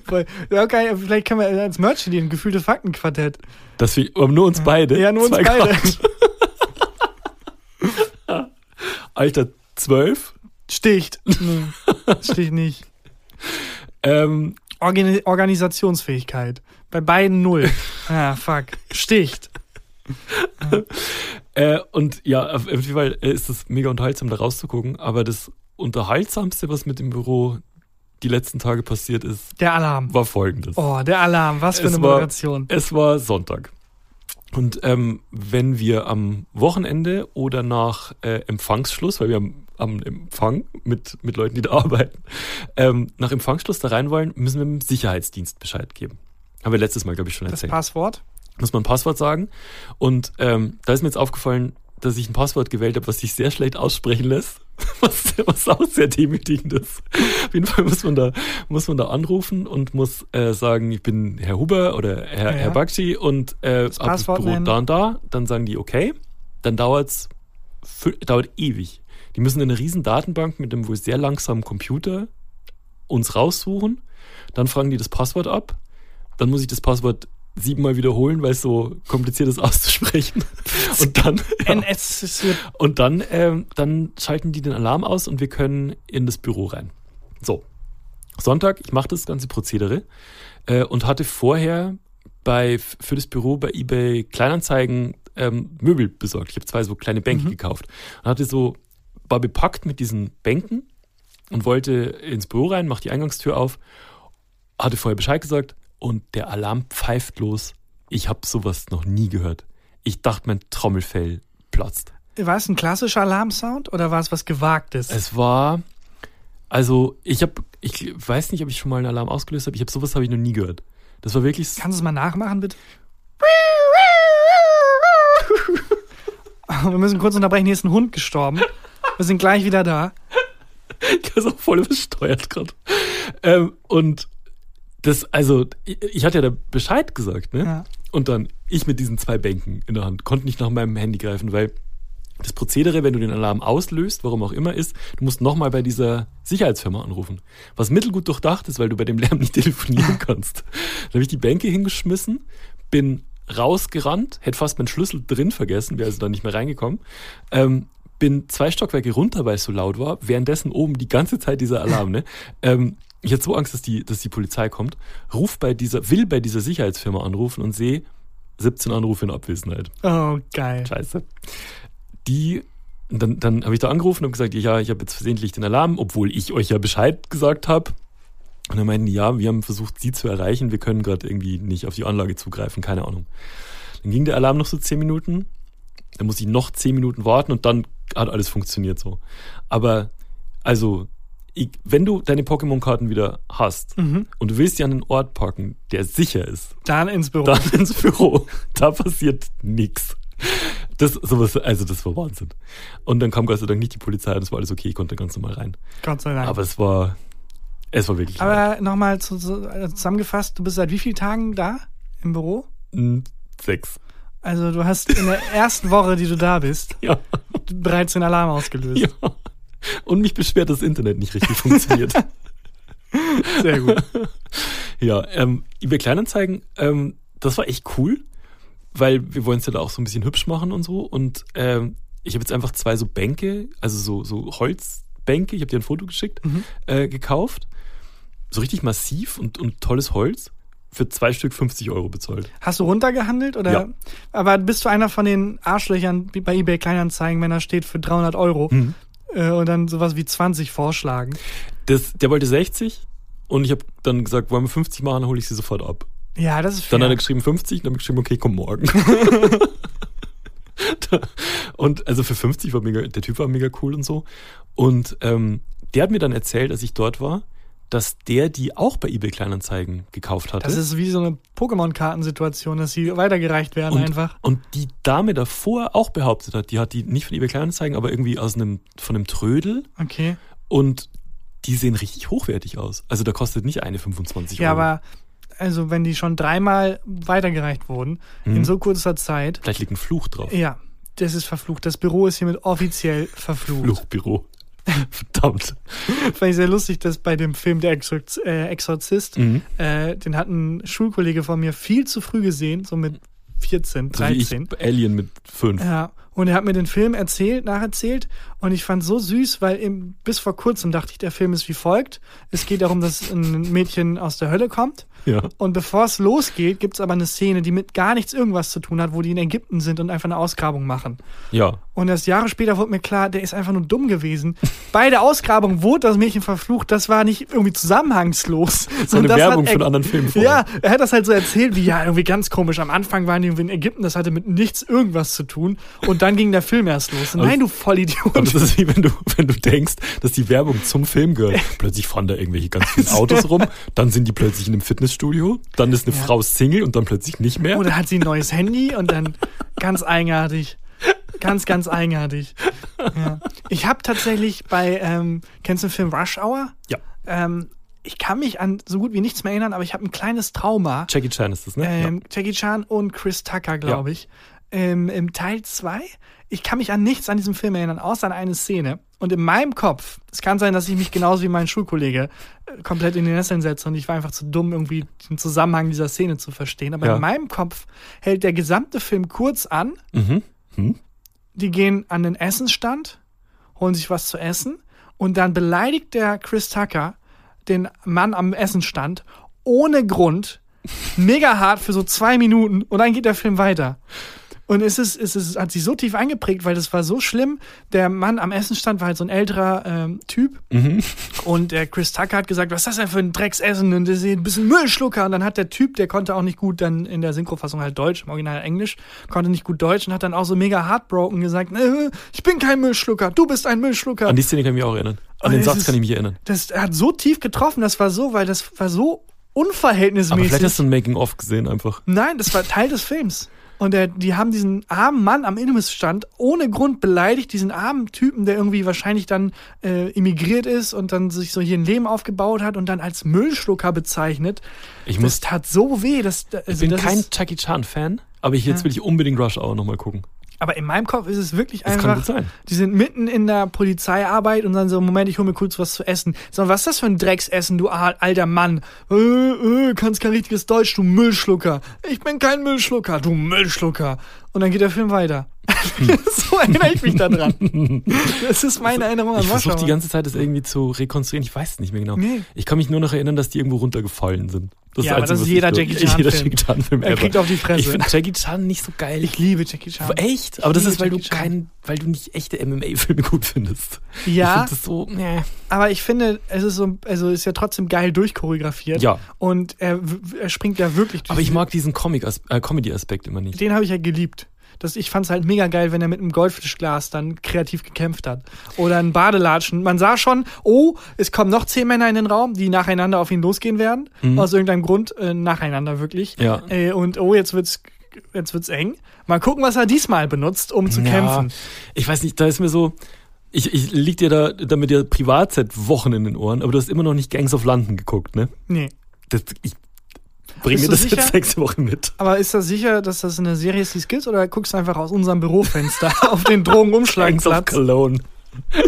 S1: Voll. Ja, Okay, vielleicht können wir als Merch die gefühlte Faktenquartett.
S2: Das wir, aber nur uns beide.
S1: Ja, nur uns
S2: Zwei
S1: beide.
S2: Grad. Alter, zwölf.
S1: Sticht. Nee, sticht nicht.
S2: Ähm,
S1: Organi Organisationsfähigkeit. Bei beiden null. Ah, fuck. Sticht.
S2: äh, und ja, auf jeden Fall äh, ist es mega unterhaltsam, da rauszugucken. Aber das Unterhaltsamste, was mit dem Büro die letzten Tage passiert ist,
S1: Der Alarm.
S2: war folgendes.
S1: Oh, der Alarm. Was für eine
S2: Es war-
S1: Moderation.
S2: Es war Sonntag. Und ähm, wenn wir am Wochenende oder nach äh, Empfangsschluss, weil wir am, am Empfang mit, mit Leuten, die da arbeiten, ähm, nach Empfangsschluss da rein wollen, müssen wir dem Sicherheitsdienst Bescheid geben. Haben wir letztes Mal, glaube ich, schon
S1: Das
S2: erzählt.
S1: Passwort.
S2: Muss man ein Passwort sagen. Und ähm, da ist mir jetzt aufgefallen, dass ich ein Passwort gewählt habe, was sich sehr schlecht aussprechen lässt. Was, was auch sehr demütigend ist. Auf jeden Fall muss man da, muss man da anrufen und muss äh, sagen, ich bin Herr Huber oder Herr,
S1: Ja.
S2: Herr Bakshi und äh, ab das
S1: Passwort
S2: Büro
S1: nennen.
S2: da und da. Dann sagen die, okay. Dann dauert's fü- dauert ewig. Die müssen in eine riesen Datenbank mit einem wohl sehr langsamen Computer uns raussuchen. Dann fragen die das Passwort ab. Dann muss ich das Passwort siebenmal wiederholen, weil es so kompliziert ist auszusprechen.
S1: NS.
S2: Und dann, ja,
S1: NS ist hier
S2: und dann, ähm, dann schalten die den Alarm aus und wir können in das Büro rein. So, Sonntag, ich mache das ganze Prozedere äh, und hatte vorher bei, für das Büro bei eBay Kleinanzeigen ähm, Möbel besorgt. Ich habe zwei so kleine Bänke gekauft und hatte so, war bepackt mit diesen Bänken und wollte ins Büro rein, mache die Eingangstür auf, hatte vorher Bescheid gesagt und der Alarm pfeift los. Ich habe sowas noch nie gehört. Ich dachte, mein Trommelfell platzt.
S1: War es ein klassischer Alarmsound oder war es was Gewagtes?
S2: Es war, also ich habe, ich weiß nicht, ob ich schon mal einen Alarm ausgelöst habe. Ich habe sowas habe ich noch nie gehört. Das war wirklich,
S1: Kannst du es mal nachmachen, bitte? Wir müssen kurz unterbrechen, hier ist ein Hund gestorben. Wir sind gleich wieder da.
S2: das ist auch voll übersteuert gerade. Ähm, und das, also ich, ich hatte ja da Bescheid gesagt, ne?
S1: Ja.
S2: Und dann ich mit diesen zwei Bänken in der Hand konnte nicht nach meinem Handy greifen, weil das Prozedere, wenn du den Alarm auslöst, warum auch immer, ist, du musst nochmal bei dieser Sicherheitsfirma anrufen. Was mittelgut durchdacht ist, weil du bei dem Lärm nicht telefonieren kannst. Dann habe ich die Bänke hingeschmissen, bin rausgerannt, hätte fast meinen Schlüssel drin vergessen, wäre also dann nicht mehr reingekommen. Ähm, bin zwei Stockwerke runter, weil es so laut war. Währenddessen oben die ganze Zeit dieser Alarm. Ne? Ähm, ich hatte so Angst, dass die, dass die Polizei kommt. Ruf bei dieser, will bei dieser Sicherheitsfirma anrufen und sehe 17 Anrufe in Abwesenheit.
S1: Oh, geil.
S2: Scheiße. Die, dann, dann habe ich da angerufen und gesagt, ja, ich habe jetzt versehentlich den Alarm, obwohl ich euch ja Bescheid gesagt habe. Und dann meinten die, ja, wir haben versucht, sie zu erreichen, wir können gerade irgendwie nicht auf die Anlage zugreifen, keine Ahnung. Dann ging der Alarm noch so 10 Minuten, dann musste ich noch 10 Minuten warten und dann hat alles funktioniert so. Aber, also, ich, wenn du deine Pokémon-Karten wieder hast und du willst die an einen Ort packen, der sicher ist,
S1: Dann ins Büro.
S2: dann ins Büro. Da passiert nichts. Das, sowas, also das war Wahnsinn. Und dann kam Gott sei Dank nicht die Polizei und es war alles okay, ich konnte ganz normal rein.
S1: Gott sei Dank.
S2: Aber es war, es war wirklich laut.
S1: Aber nochmal zu, zu, äh, zusammengefasst, du bist seit wie vielen Tagen da im Büro?
S2: Hm, sechs.
S1: Also du hast in der ersten Woche, die du da bist,
S2: Ja,
S1: 13 Alarm ausgelöst.
S2: ja. Und mich beschwert, dass das Internet nicht richtig funktioniert.
S1: Sehr gut.
S2: ja, ähm, eBay Kleinanzeigen, ähm, das war echt cool, weil wir wollen es ja da auch so ein bisschen hübsch machen und so. Und ähm, ich habe jetzt einfach zwei so Bänke, also so, so Holzbänke, ich habe dir ein Foto geschickt,
S1: Mhm.
S2: äh, gekauft. So richtig massiv und, und tolles Holz. Für zwei Stück 50 Euro bezahlt.
S1: Hast du runtergehandelt oder?
S2: Ja.
S1: Aber bist du einer von den Arschlöchern wie bei eBay Kleinanzeigen, wenn da steht für 300 Euro
S2: Mhm.
S1: äh, und dann sowas wie 20 vorschlagen?
S2: Das, der wollte 60 und ich habe dann gesagt, wollen wir 50 machen, dann hole ich sie sofort ab.
S1: Ja, das ist fair.
S2: Dann hat er geschrieben 50 und dann habe ich geschrieben, okay, komm morgen. Da- und also für 50 war mega, der Typ war mega cool und so. Und ähm, der hat mir dann erzählt, als ich dort war, dass der die auch bei eBay Kleinanzeigen gekauft hatte.
S1: Das ist wie so eine Pokémon-Kartensituation, dass sie weitergereicht werden
S2: und,
S1: einfach.
S2: und die Dame davor auch behauptet hat, die hat die nicht von eBay Kleinanzeigen, aber irgendwie aus einem von einem Trödel
S1: Okay.
S2: und die sehen richtig hochwertig aus. Also da kostet nicht eine 25
S1: Ja,
S2: Euro.
S1: aber also wenn die schon dreimal weitergereicht wurden,
S2: Mhm.
S1: in so kurzer Zeit,
S2: Vielleicht liegt ein Fluch drauf.
S1: ja, das ist verflucht. Das Büro ist hiermit offiziell verflucht.
S2: Fluchbüro. Verdammt.
S1: Fand ich sehr lustig, dass bei dem Film Der Exorz äh, Exorzist,
S2: Mhm.
S1: äh, den hat ein Schulkollege von mir viel zu früh gesehen, so mit 14,
S2: So wie
S1: 13.
S2: ich Alien mit 5.
S1: Ja, und er hat mir den Film erzählt, nacherzählt und ich fand so süß, weil eben bis vor kurzem dachte ich, der Film ist wie folgt. Es geht darum, dass ein Mädchen aus der Hölle kommt
S2: Ja.
S1: und bevor es losgeht, gibt's aber eine Szene, die mit gar nichts irgendwas zu tun hat, wo die in Ägypten sind und einfach eine Ausgrabung machen.
S2: Ja.
S1: Und erst Jahre später wurde mir klar, der ist einfach nur dumm gewesen. Bei der Ausgrabung wurde das Mädchen verflucht, das war nicht irgendwie zusammenhangslos.
S2: So eine
S1: Und das
S2: Werbung
S1: hat-
S2: von anderen Filmen. vorher.
S1: Ja, er hat das halt so erzählt, wie ja, irgendwie ganz komisch. Am Anfang waren die irgendwie in Ägypten, das hatte mit nichts irgendwas zu tun. Und dann ging der Film erst los. Nein, du
S2: Aber
S1: Vollidiot.
S2: das ist wie wenn du, wenn du denkst, dass die Werbung zum Film gehört. Plötzlich fahren da irgendwelche ganz vielen Autos rum, dann sind die plötzlich in einem Fitnessstudio, dann ist eine
S1: Ja.
S2: Frau Single und dann plötzlich nicht mehr.
S1: Oder Oh, hat sie ein neues Handy und dann ganz eigenartig. Ganz, ganz eigenartig. Ja. Ich habe tatsächlich bei, ähm, kennst du den Film Rush Hour?
S2: ja,
S1: Ähm, ich kann mich an so gut wie nichts mehr erinnern, aber ich habe ein kleines Trauma.
S2: Jackie Chan ist das, ne?
S1: Ähm, Jackie Chan und Chris Tucker, glaube
S2: Ja.
S1: ich. Ähm, Im Teil 2. Ich kann mich an nichts an diesem Film erinnern, außer an eine Szene. Und in meinem Kopf, es kann sein, dass ich mich genauso wie mein Schulkollege äh, komplett in den Nesseln setze und ich war einfach zu dumm, irgendwie den Zusammenhang dieser Szene zu verstehen. Aber
S2: Ja.
S1: in meinem Kopf hält der gesamte Film kurz an,
S2: ja. Mhm. Hm?
S1: Die gehen an den Essensstand, holen sich was zu essen und dann beleidigt der Chris Tucker den Mann am Essensstand ohne Grund, mega hart für so zwei Minuten und dann geht der Film weiter. Und es ist, es ist, hat sich so tief eingeprägt, weil das war so schlimm. Der Mann am Essenstand war halt so ein älterer ähm, Typ.
S2: Mhm.
S1: Und der Chris Tucker hat gesagt, was ist das denn für ein Drecksessen? Und das ist ein bisschen Müllschlucker. Und dann hat der Typ, der konnte auch nicht gut dann in der Synchrofassung halt Deutsch, im Original Englisch, konnte nicht gut Deutsch und hat dann auch so mega heartbroken gesagt, "Nö, ich bin kein Müllschlucker, du bist ein Müllschlucker.
S2: An die Szene kann ich mich auch erinnern. An
S1: Und
S2: den
S1: es
S2: Satz
S1: ist-
S2: kann ich mich erinnern.
S1: Oh, Das hat so tief getroffen, das war so, weil das war so
S2: Aber
S1: unverhältnismäßig.
S2: vielleicht hast du ein Making-of gesehen einfach.
S1: Nein, das war Teil des Films. Und der, die haben diesen armen Mann am Imbissstand ohne Grund beleidigt, diesen armen Typen, der irgendwie wahrscheinlich dann äh, emigriert ist und dann sich so hier ein Leben aufgebaut hat und dann als Müllschlucker bezeichnet.
S2: Ich
S1: Das
S2: muss,
S1: tat so weh. Das, also
S2: ich bin
S1: das
S2: kein
S1: ist,
S2: Jackie Chan-Fan, aber ich, jetzt will ich unbedingt Rush Hour nochmal gucken.
S1: aber in meinem Kopf ist es wirklich
S2: Das
S1: einfach.
S2: kann gut sein.
S1: Die sind mitten in der Polizeiarbeit und dann so, Moment, ich hole mir kurz was zu essen. So, was ist das für ein Drecksessen, du al- alter Mann? Äh, äh, kannst kein richtiges Deutsch, du Müllschlucker. Ich bin kein Müllschlucker, du Müllschlucker. Und dann geht der Film weiter. so erinnere ich mich daran. Das ist meine Erinnerung an
S2: Hm. Ich versuche die
S1: Warschauer.
S2: ganze Zeit das irgendwie zu rekonstruieren. Ich weiß es nicht mehr genau.
S1: Nee.
S2: Ich kann mich nur noch erinnern, dass die irgendwo runtergefallen sind. Das
S1: Ja, aber
S2: Einzige,
S1: das ist
S2: was ich
S1: jeder
S2: so-
S1: Jackie Chan-Film.
S2: Jeder Jackie Chan-Film
S1: Er
S2: ever.
S1: kriegt auf die Fresse.
S2: Ich finde Jackie Chan nicht so geil.
S1: Ich liebe Jackie Chan.
S2: Echt? Aber das
S1: liebe
S2: ist, weil du
S1: Jackie Chan.
S2: kein, weil du nicht echte MMA-Filme gut findest.
S1: Ja.
S2: Ich find das so, nee.
S1: Aber ich finde, es ist so, also ist ja trotzdem geil durchchoreografiert.
S2: Ja.
S1: Und er, w- er springt ja wirklich durch
S2: Aber ich
S1: die-
S2: mag diesen Comic -As äh, Comedy-Aspekt immer nicht.
S1: den habe ich ja geliebt. Das, ich fand's halt mega geil, wenn er mit einem Goldfischglas dann kreativ gekämpft hat. Oder ein Badelatschen. Man sah schon, oh, es kommen noch zehn Männer in den Raum, die nacheinander auf ihn losgehen werden. Aus irgendeinem Grund, äh, nacheinander wirklich.
S2: Mhm. Ja.
S1: Äh, und oh, jetzt wird's, jetzt wird's eng. Mal gucken, was er diesmal benutzt, um zu
S2: Ja,
S1: kämpfen.
S2: Ich weiß nicht, da ist mir so, ich, ich lieg dir da, da mit dir Privatzeit Wochen in den Ohren, aber du hast immer noch nicht Gangs of London geguckt, ne?
S1: Nee.
S2: Das, ich bring
S1: Bist
S2: mir
S1: du
S2: das
S1: sicher?
S2: jetzt nächste Woche mit.
S1: Aber ist das sicher, dass das in der Serie ist, die es gibt? Oder guckst du einfach aus unserem Bürofenster auf den
S2: Gangs of
S1: Drogenumschlagplatz?
S2: Cologne.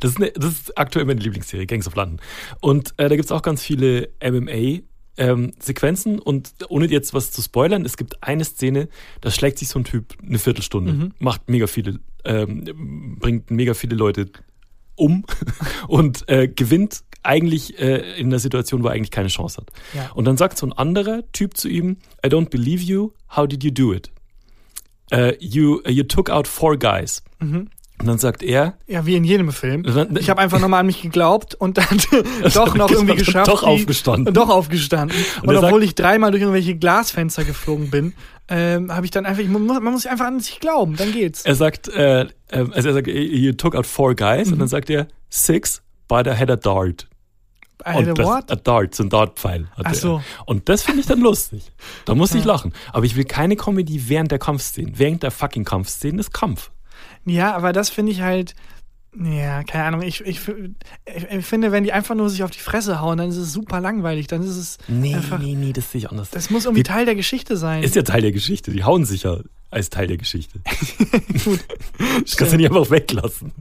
S2: das, ist eine, das ist aktuell meine Lieblingsserie, Gangs of London. Und äh, da gibt es auch ganz viele MMA-Sequenzen. ähm, und ohne jetzt was zu spoilern, es gibt eine Szene, da schlägt sich so ein Typ eine Viertelstunde, macht mega viele, ähm, bringt mega viele Leute um und äh, gewinnt eigentlich äh, in einer Situation, wo er eigentlich keine Chance hat.
S1: Ja.
S2: Und dann sagt so ein anderer Typ zu ihm, I don't believe you, how did you do it? Äh, you, you took out four guys.
S1: Mhm.
S2: Und dann sagt er,
S1: Ja, wie in jedem Film.
S2: Dann-
S1: Ich habe einfach nochmal an mich geglaubt und dann doch noch
S2: Genau,
S1: irgendwie
S2: dann
S1: geschafft.
S2: doch
S1: die-
S2: aufgestanden.
S1: Doch aufgestanden. Und,
S2: Und er
S1: obwohl
S2: sagt-
S1: ich dreimal durch irgendwelche Glasfenster geflogen bin, ähm, habe ich dann einfach, ich mu- man muss einfach an sich glauben, dann geht's.
S2: er sagt, äh, äh, also er sagt, you took out four guys.
S1: Mhm.
S2: Und dann sagt er, six, but I had a dart.
S1: I had
S2: und
S1: a
S2: das, äh
S1: what?
S2: A dart, so ein Dartpfeil. hatte
S1: Ach so.
S2: Er. Und das finde ich dann lustig. Da muss ich lachen. Aber ich will keine Comedy während der Kampfszenen. Während der fucking Kampfszenen ist Kampf.
S1: Ja, aber das finde ich halt, ja, keine Ahnung, ich, ich, ich, ich finde, wenn die einfach nur sich auf die Fresse hauen, dann ist es super langweilig, dann ist es einfach,
S2: nee, nee, das sehe ich anders.
S1: das muss irgendwie Teil der Geschichte sein.
S2: Ist ja Teil der Geschichte. Die hauen sich ja als Teil der Geschichte. Ich kann sie nicht einfach weglassen.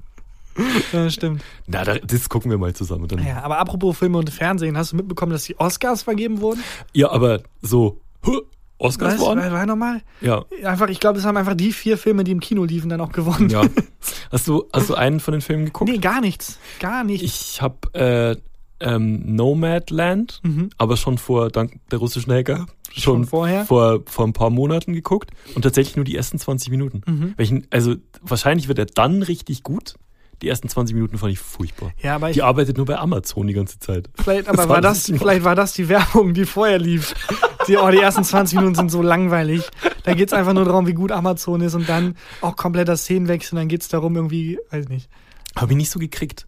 S1: ja, stimmt.
S2: Na, da, das gucken wir mal zusammen. Dann. Ja.
S1: Ja, aber apropos Filme und Fernsehen, hast du mitbekommen, dass die Oscars vergeben wurden?
S2: aber so, huh, Oscars
S1: Was?
S2: waren?
S1: War, war nochmal?
S2: Ja.
S1: Einfach, ich glaube, es haben einfach die vier Filme, die im Kino liefen, dann auch gewonnen.
S2: ja. Hast, du, hast du einen von den Filmen geguckt?
S1: Nee, gar nichts. Gar nichts.
S2: Ich habe äh, ähm, Nomadland, aber schon vor, dank der russischen Hacker, schon,
S1: Mhm. Schon vorher?
S2: Vor, vor ein paar Monaten geguckt und tatsächlich nur die ersten 20 Minuten.
S1: Mhm.
S2: Welchen, also wahrscheinlich wird er dann richtig gut. Die ersten 20 Minuten fand ich furchtbar.
S1: Ja, aber ich-
S2: die arbeitet nur bei Amazon die ganze Zeit.
S1: vielleicht, aber war das,
S2: 20 Minuten.
S1: vielleicht war das die Werbung, die vorher lief. Die, oh, die ersten 20 Minuten sind so langweilig. Da geht's einfach nur darum, wie gut Amazon ist und dann auch kompletter Szenenwechsel. Dann geht's darum, irgendwie, weiß nicht.
S2: Habe ich nicht so gekriegt.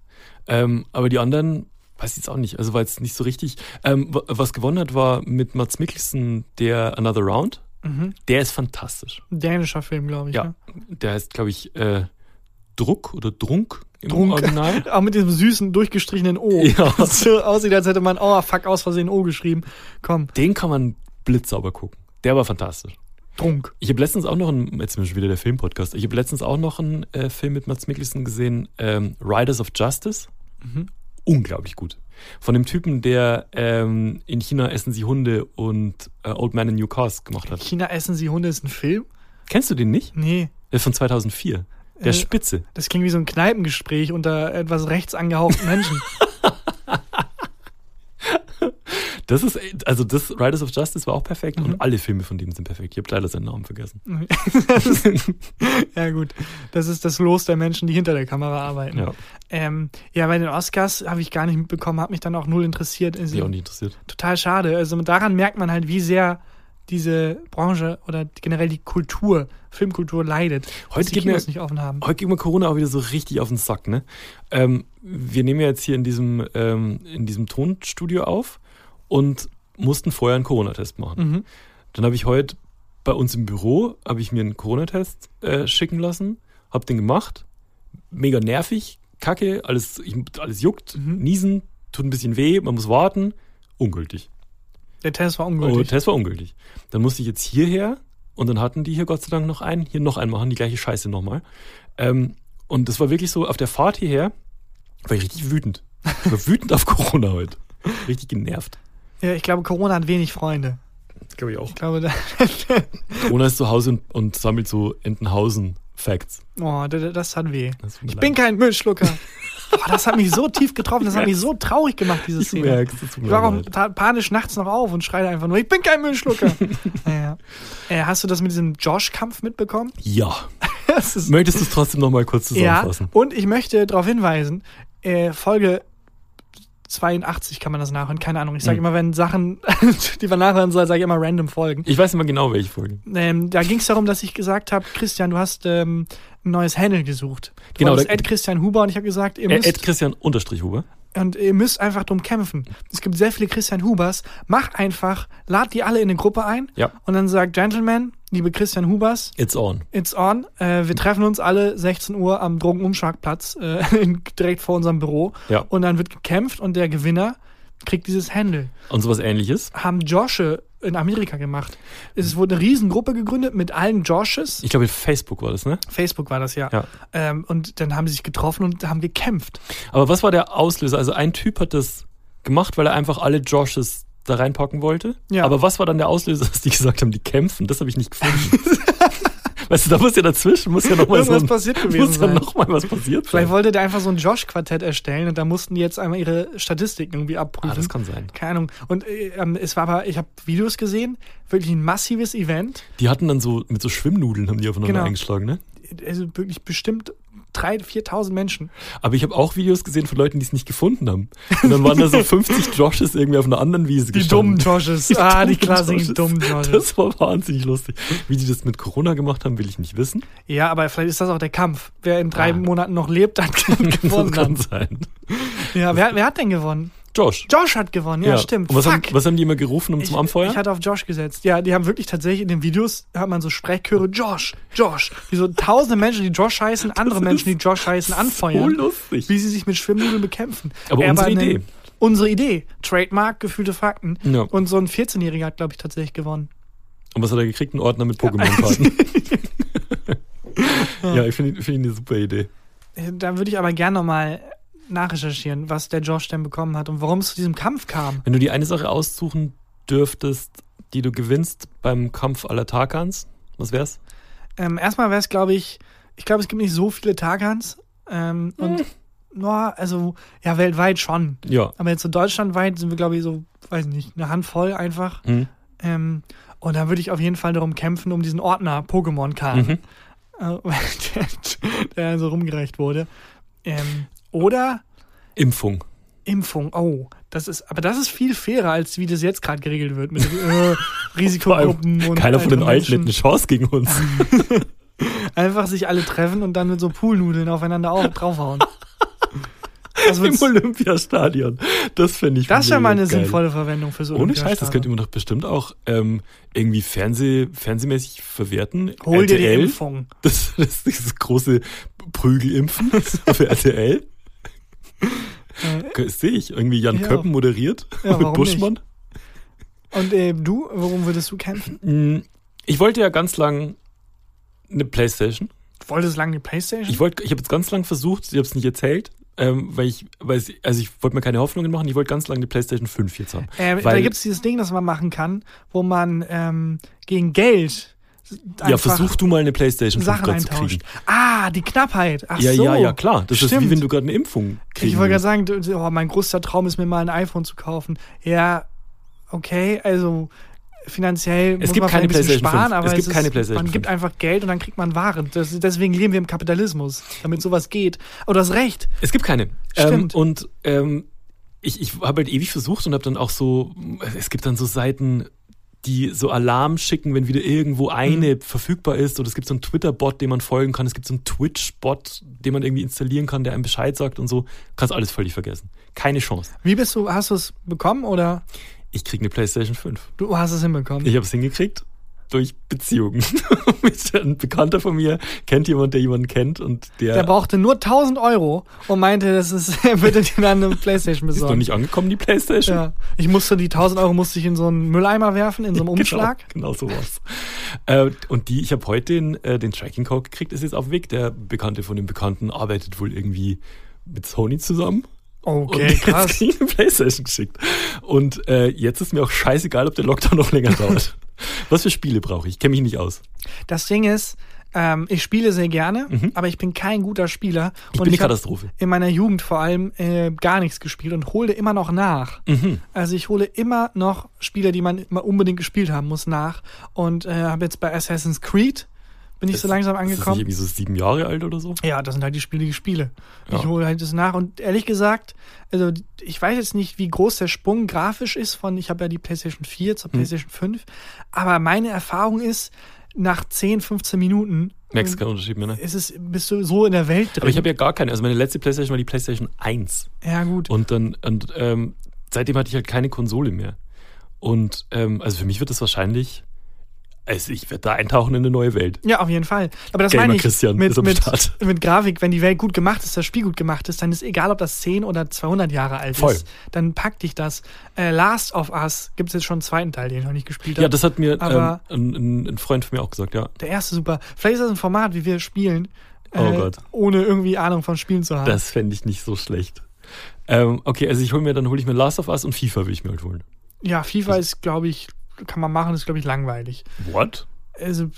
S2: Ähm, aber die anderen, weiß ich jetzt auch nicht. Also war jetzt nicht so richtig. Ähm, wa- was gewonnen hat, war mit Mats Mikkelsen der Another Round. Der ist fantastisch.
S1: Ein dänischer Film, glaube ich.
S2: Ja,
S1: Ne?
S2: der heißt, glaube ich, äh, Druck oder Drunk im
S1: Drunk.
S2: Original.
S1: Auch mit diesem süßen, durchgestrichenen O.
S2: Ja.
S1: Das so aussieht, als hätte man, oh, fuck, aus Versehen O geschrieben. Komm,
S2: Den kann man blitzsauber gucken. Der war fantastisch.
S1: Trunk.
S2: Ich habe letztens auch noch einen, jetzt sind wir schon wieder der Filmpodcast, ich habe letztens auch noch einen äh, Film mit Mats Mikkelsen gesehen, ähm, Riders of Justice. Unglaublich gut. Von dem Typen, der ähm, in China essen sie Hunde und äh, Old Man in New Cars gemacht hat.
S1: China essen sie Hunde ist ein Film?
S2: Kennst du den nicht?
S1: Nee,
S2: Der ist von 2004. Der
S1: Äh,
S2: ist Spitze.
S1: das klingt wie so ein Kneipengespräch unter etwas rechts angehauchten Menschen.
S2: Das ist, also das Riders of Justice war auch perfekt und alle Filme von dem sind perfekt. Ich habe leider seinen Namen vergessen.
S1: ja gut, das ist das Los der Menschen, die hinter der Kamera arbeiten.
S2: Ja,
S1: Ähm, ja, bei den Oscars habe ich gar nicht mitbekommen, hat mich dann auch null interessiert. Also,
S2: mich auch nicht interessiert.
S1: Total schade. Also daran merkt man halt, wie sehr diese Branche oder generell die Kultur, Filmkultur leidet.
S2: Heute
S1: dass die
S2: geht mir-
S1: Kinos nicht offen haben.
S2: Heute ging mir Corona auch wieder so richtig auf den Sack, ne? Ähm, wir nehmen ja jetzt hier in diesem, ähm, in diesem Tonstudio auf und mussten vorher einen Corona-Test machen.
S1: Mhm.
S2: Dann habe ich heute bei uns im Büro, habe ich mir einen Corona-Test äh, schicken lassen, habe den gemacht. Mega nervig, kacke, alles, ich, alles juckt,
S1: Mhm.
S2: niesen, tut ein bisschen weh, man muss warten. Ungültig.
S1: Der Test war
S2: Oh,
S1: ungültig.
S2: Test war ungültig. Dann musste ich jetzt hierher und dann hatten die hier Gott sei Dank noch einen, hier noch einen machen, die gleiche Scheiße nochmal. Ähm, und das war wirklich so, auf der Fahrt hierher war ich richtig wütend. Ich war wütend auf Corona heute. Richtig genervt.
S1: ja, ich glaube, Corona hat wenig Freunde.
S2: Glaube ich auch.
S1: Ich glaube, da,
S2: Corona ist zu Hause und, und sammelt so Entenhausen-Facts.
S1: oh, das, das hat weh.
S2: Das tut mir
S1: Ich
S2: leid.
S1: bin kein Müllschlucker. Boah, das hat mich so tief getroffen, das hat mich so traurig gemacht, diese
S2: Ich
S1: Szene.
S2: merk's, das tut mir
S1: Ich war auch
S2: leid.
S1: ta- panisch nachts noch auf und schreie einfach nur, ich bin kein Müllschlucker. ja. äh, hast du das mit diesem Josh-Kampf mitbekommen?
S2: Ja.
S1: Das ist
S2: Möchtest du es trotzdem nochmal kurz zusammenfassen?
S1: Ja, und ich möchte darauf hinweisen, äh, Folge 82 kann man das nachhören, keine Ahnung. Ich
S2: Mhm.
S1: sage immer, wenn Sachen, die man nachhören soll, sage ich immer random Folgen.
S2: Ich weiß immer genau, welche Folge.
S1: Ähm, da ging es darum, dass ich gesagt habe, Christian, du hast ähm, ein neues Handle gesucht. Du
S2: Genau,
S1: wolltest
S2: da-
S1: Ed Christian Huber und ich habe gesagt, ihr
S2: Ed
S1: müsst,
S2: Ed Christian Unterstrich Huber.
S1: und ihr müsst einfach drum kämpfen. Es gibt sehr viele Christian Hubers. Mach einfach, lad die alle in eine Gruppe ein
S2: Ja.
S1: und dann sagt, Gentlemen, liebe Christian Hubers,
S2: It's on.
S1: It's on. Äh, wir treffen uns alle 16 Uhr am Drogenumschlagplatz, äh, in, direkt vor unserem Büro.
S2: Ja.
S1: Und dann wird gekämpft und der Gewinner kriegt dieses Handle.
S2: Und sowas ähnliches.
S1: Haben Josche in Amerika gemacht. Es wurde eine Riesengruppe gegründet mit allen Joshes.
S2: Ich glaube, Facebook war das, ne?
S1: Facebook war das ja.
S2: Ja.
S1: Ähm, und dann haben sie sich getroffen und haben gekämpft.
S2: Aber was war der Auslöser? Also ein Typ hat das gemacht, weil er einfach alle Joshes da reinpacken wollte.
S1: Ja.
S2: Aber was war dann der Auslöser, dass die gesagt haben, die kämpfen? Das habe ich nicht gefunden. weißt du, da muss ja dazwischen, muss ja nochmal so
S1: Irgendwas
S2: ein-
S1: passiert gewesen
S2: muss ja
S1: sein.
S2: nochmal was passiert
S1: Vielleicht
S2: sein.
S1: wollte der einfach so ein Josh-Quartett erstellen und da mussten die jetzt einmal ihre Statistiken irgendwie abprüfen.
S2: Ah, das kann sein.
S1: Keine Ahnung. Und äh, ähm, es war aber, ich habe Videos gesehen, wirklich ein massives Event.
S2: Die hatten dann so, mit so Schwimmnudeln haben die aufeinander
S1: Genau.
S2: eingeschlagen, ne?
S1: also wirklich bestimmt 3.000, 4.000 Menschen.
S2: Aber ich habe auch Videos gesehen von Leuten, die es nicht gefunden haben. Und dann waren da so 50 Joshes irgendwie auf einer anderen Wiese
S1: Die dummen
S2: gestanden.
S1: Joshes. ah, die
S2: dummen Joshes.
S1: klassischen dummen Joshes.
S2: Das war wahnsinnig lustig. Wie die das mit Corona gemacht haben, will ich nicht wissen.
S1: Ja, aber vielleicht ist das auch der Kampf. Wer in drei
S2: Ah.
S1: Monaten noch lebt, hat gewonnen.
S2: das
S1: Dann.
S2: kann sein.
S1: Ja, wer, wer hat denn gewonnen?
S2: Josh.
S1: Josh hat gewonnen, ja, stimmt.
S2: Und was,
S1: Fuck.
S2: Haben, was haben die immer gerufen um
S1: ich,
S2: zum Anfeuern?
S1: ich hatte auf Josh gesetzt. Ja, die haben wirklich tatsächlich in den Videos, hat man so Sprechchöre, Josh, Josh. Wie so tausende Menschen, die Josh heißen, andere Menschen, die Josh heißen,
S2: so
S1: anfeuern.
S2: lustig.
S1: wie sie sich mit Schwimmnudeln bekämpfen.
S2: Aber
S1: Er
S2: unsere
S1: war eine-
S2: Idee.
S1: Unsere Idee. Trademark, gefühlte Fakten.
S2: Ja.
S1: Und so ein 14-Jähriger hat, glaube ich, tatsächlich gewonnen.
S2: Und was hat er gekriegt? Einen Ordner mit Pokémon-Karten. ja, ich finde find ihn eine super Idee.
S1: Da würde ich aber gerne nochmal nachrecherchieren, was der Josh denn bekommen hat und warum es zu diesem Kampf kam.
S2: Wenn du die eine Sache aussuchen dürftest, die du gewinnst beim Kampf aller Tarkans, was wär's?
S1: Ähm, erstmal wäre es, glaube ich, ich glaube, es gibt nicht so viele Tagans. Ähm,
S2: Hm.
S1: Und, na, also, ja, weltweit schon.
S2: Ja.
S1: Aber jetzt so deutschlandweit sind wir, glaube ich, so, weiß nicht, eine Handvoll einfach.
S2: Hm.
S1: Ähm, und da würde ich auf jeden Fall darum kämpfen, um diesen Ordner
S2: Mhm.
S1: Pokémon-Karten, äh, der, der so rumgereicht wurde. Ähm, oder
S2: Impfung.
S1: Impfung. Oh, das ist, aber das ist viel fairer, als wie das jetzt gerade geregelt wird mit äh, Risikogruppen und
S2: Keiner von den
S1: älteren
S2: Alten hat eine
S1: Menschen.
S2: Chance gegen uns.
S1: Einfach sich alle treffen und dann mit so Poolnudeln aufeinander auch draufhauen. Das,
S2: Im
S1: wird's-
S2: Olympiastadion. Das finde ich
S1: das wäre mal eine
S2: mega geil.
S1: sinnvolle Verwendung für so
S2: Ohne Scheiß, das könnte man doch bestimmt auch ähm, irgendwie Fernseh, fernsehmäßig verwerten.
S1: Hol dir die
S2: RTL.
S1: Impfung.
S2: Das, das, dieses große Prügelimpfen auf RTL. Das Sehe ich. Irgendwie Jan
S1: Ja.
S2: Köppen moderiert
S1: Ja,
S2: mit
S1: warum
S2: Buschmann.
S1: Und äh, du, worum würdest du kämpfen?
S2: Mm, Ich wollte ja ganz lang eine Playstation.
S1: Du wolltest lange die Playstation?
S2: Ich wollte, ich habe jetzt ganz lang versucht, ich habe es nicht erzählt, ähm, weil ich, weil es, also ich wollte mir keine Hoffnungen machen, ich wollte ganz lange eine Playstation 5 jetzt haben.
S1: Äh, da
S2: weil,
S1: gibt's dieses Ding, das man machen kann, wo man ähm, gegen Geld
S2: Ja,
S1: einfach
S2: versuch du mal eine Playstation 5
S1: Sachen
S2: grad zu
S1: eintauscht.
S2: kriegen.
S1: Ah, die Knappheit. Ach
S2: Ja,
S1: so.
S2: ja, ja, klar. Das
S1: Stimmt.
S2: ist wie wenn du gerade eine Impfung kriegst.
S1: Ich wollte gerade sagen, du- oh, mein größter Traum ist mir mal ein iPhone zu kaufen. Ja, okay, also finanziell
S2: Es
S1: muss
S2: gibt
S1: man vielleicht
S2: keine
S1: ein bisschen
S2: PlayStation
S1: sparen,
S2: 5.
S1: aber
S2: Es gibt
S1: ist,
S2: keine PlayStation
S1: man gibt
S2: 5.
S1: einfach Geld und dann kriegt man Waren. Das, deswegen leben wir im Kapitalismus, damit sowas geht. Aber du hast recht.
S2: Es gibt keine.
S1: Stimmt.
S2: Ähm, und ähm, ich, ich habe halt ewig versucht und habe dann auch so, es gibt dann so Seiten, die so Alarm schicken, wenn wieder irgendwo eine verfügbar ist. Oder es gibt so einen Twitter-Bot, dem man folgen kann. Es gibt so einen Twitch-Bot, den man irgendwie installieren kann, der einem Bescheid sagt und so. Kannst alles völlig vergessen. Keine Chance.
S1: Wie bist du, hast du es bekommen oder
S2: Ich kriege eine PlayStation 5.
S1: du hast es hinbekommen?
S2: Ich habe es hingekriegt durch Beziehungen. Mit Ein Bekannter von mir kennt jemand, der jemanden kennt und der,
S1: Der brauchte nur 1000 Euro und meinte, das ist, er würde dir dann eine Playstation
S2: ist noch
S1: besorgen.
S2: nicht angekommen, die PlayStation.
S1: ja. Ich musste die 1000 Euro musste ich in so einen Mülleimer werfen, in so einem Umschlag.
S2: Genau, genau so war's. äh, und die, ich habe heute den, äh, den Tracking Code gekriegt, ist jetzt auf dem Weg. Der Bekannte von dem Bekannten arbeitet wohl irgendwie mit Sony zusammen. Und
S1: Okay, krass.
S2: jetzt krieg ich eine Playstation geschickt. Und äh, jetzt ist mir auch scheißegal, ob der Lockdown noch länger dauert. Was für Spiele brauche ich? Ich kenne mich nicht aus.
S1: Das Ding ist, ähm, ich spiele sehr gerne, aber ich bin kein guter Spieler.
S2: Mhm. Ich bin eine
S1: ich hab
S2: Katastrophe.
S1: in meiner Jugend vor allem äh, gar nichts gespielt und hole immer noch nach.
S2: Mhm.
S1: Also ich hole immer noch Spiele, die man immer unbedingt gespielt haben muss, nach. Und äh, habe jetzt bei Assassin's Creed bin ich so langsam
S2: Ist das nicht
S1: angekommen.
S2: irgendwie so sieben Jahre alt oder so?
S1: Ja, das sind halt die Spiele, die ich spiele.
S2: Ja.
S1: Ich hole halt das nach. Und ehrlich gesagt, also ich weiß jetzt nicht, wie groß der Sprung grafisch ist von, ich habe ja die PlayStation 4 zur
S2: Hm.
S1: PlayStation 5, aber meine Erfahrung ist, nach 10, 15 Minuten
S2: Merkst keinen Unterschied mehr, ne?
S1: ist es, bist du so in der Welt drin.
S2: Aber ich habe ja gar keine. Also meine letzte Playstation war die Playstation 1.
S1: ja, gut.
S2: Und dann, und ähm, seitdem hatte ich halt keine Konsole mehr. Und ähm, also für mich wird das wahrscheinlich, also ich werde da eintauchen in eine neue Welt.
S1: Ja, auf jeden Fall. Aber das
S2: Gamer
S1: meine ich
S2: Christian
S1: mit,
S2: ist am
S1: mit,
S2: Start.
S1: mit Grafik, wenn die Welt gut gemacht ist, das Spiel gut gemacht ist, dann ist egal, ob das 10 oder 200 Jahre alt
S2: Voll.
S1: ist. Dann packt dich das. Äh, Last of Us gibt es jetzt schon einen zweiten Teil, den ich noch nicht gespielt habe.
S2: Ja, das hat mir ähm,
S1: Aber-
S2: ein, ein, ein Freund von mir auch gesagt, ja.
S1: Der erste super. Vielleicht ist das ein Format, wie wir spielen. äh,
S2: Oh Gott.
S1: Ohne irgendwie Ahnung von Spielen zu haben.
S2: Das fände ich nicht so schlecht. Ähm, okay, also ich hole mir, dann hole ich mir Last of Us und FIFA will ich mir halt holen.
S1: ja, FIFA ist, glaube ich, kann man machen, ist, glaube ich, langweilig.
S2: What?
S1: Also,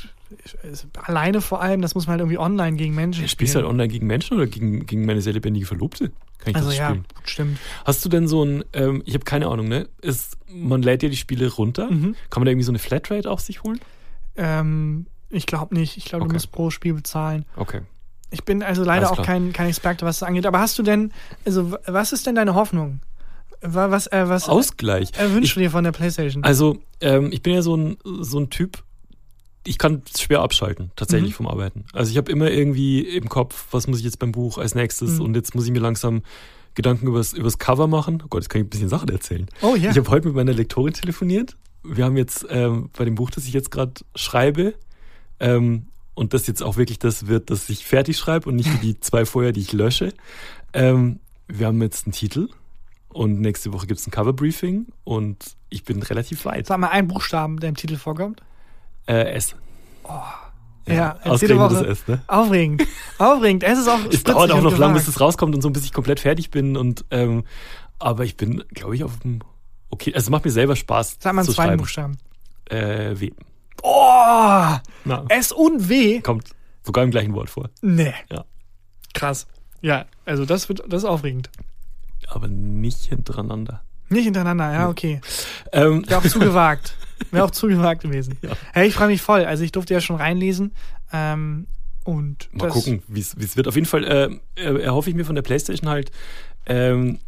S1: also, alleine vor allem, das muss man halt irgendwie online gegen Menschen
S2: Ja, spielst du halt online gegen Menschen oder gegen, gegen meine sehr lebendige Verlobte? Kann ich
S1: Also
S2: das
S1: ja,
S2: spielen?
S1: gut, stimmt.
S2: Hast du denn so ein, ähm, ich habe keine Ahnung, ne? Ist, man lädt ja die Spiele runter. Kann man da irgendwie so eine Flatrate auf sich holen?
S1: Ähm, ich glaube nicht. Ich glaube,
S2: Okay.
S1: du musst pro Spiel bezahlen.
S2: Okay.
S1: Ich bin also
S2: Alles
S1: leider auch
S2: klar.
S1: kein, kein Experte, was das angeht. Aber hast du denn, also w- was ist denn deine Hoffnung? Wa- Was, äh, was
S2: Ausgleich.
S1: äh,
S2: Ich-
S1: wünschst du dir von der Playstation?
S2: Also, ähm, ich bin ja so ein, so ein Typ, ich kann schwer abschalten, tatsächlich vom Arbeiten. Also ich habe immer irgendwie im Kopf, was muss ich jetzt beim Buch als nächstes
S1: Mhm.
S2: und jetzt muss ich mir langsam Gedanken übers, übers Cover machen. Oh Gott, jetzt kann ich ein bisschen Sachen erzählen.
S1: oh ja.
S2: Ich habe heute mit meiner Lektorin telefoniert. Wir haben jetzt ähm, bei dem Buch, das ich jetzt gerade schreibe, ähm, und das jetzt auch wirklich das wird, das ich fertig schreibe und nicht wie die zwei vorher, die ich lösche. Ähm, wir haben jetzt einen Titel und nächste Woche gibt es ein Cover-Briefing und ich bin relativ weit.
S1: Sag mal einen Buchstaben, der im Titel vorkommt.
S2: Äh, S.
S1: Ja, jetzt jede
S2: ausgerechnet das
S1: Woche.
S2: S, ne?
S1: Aufregend. Aufregend. Es ist auch
S2: Es
S1: spritzig
S2: dauert auch
S1: und
S2: noch lang, bis
S1: gewagt.
S2: es rauskommt und so, bis ich komplett fertig bin. Und ähm, aber ich bin, glaube ich, auf dem Okay, also es macht mir selber Spaß.
S1: Sag mal einen
S2: zu
S1: zweiten Buchstaben.
S2: schreiben. Äh, w. Äh,
S1: Oh!
S2: Na,
S1: S und W?
S2: kommt sogar im gleichen Wort vor.
S1: Nee.
S2: Ja.
S1: Krass. Ja, also das wird das ist aufregend.
S2: Aber nicht hintereinander.
S1: Nicht hintereinander, ja, okay.
S2: Ähm,
S1: Wäre auch zugewagt. Wäre auch zugewagt gewesen. Hey, ich freue mich voll. Also ich durfte ja schon reinlesen. Ähm, und
S2: Mal
S1: das,
S2: gucken, wie es wird. Auf jeden Fall ähm, äh, erhoffe ich mir von der PlayStation halt ähm,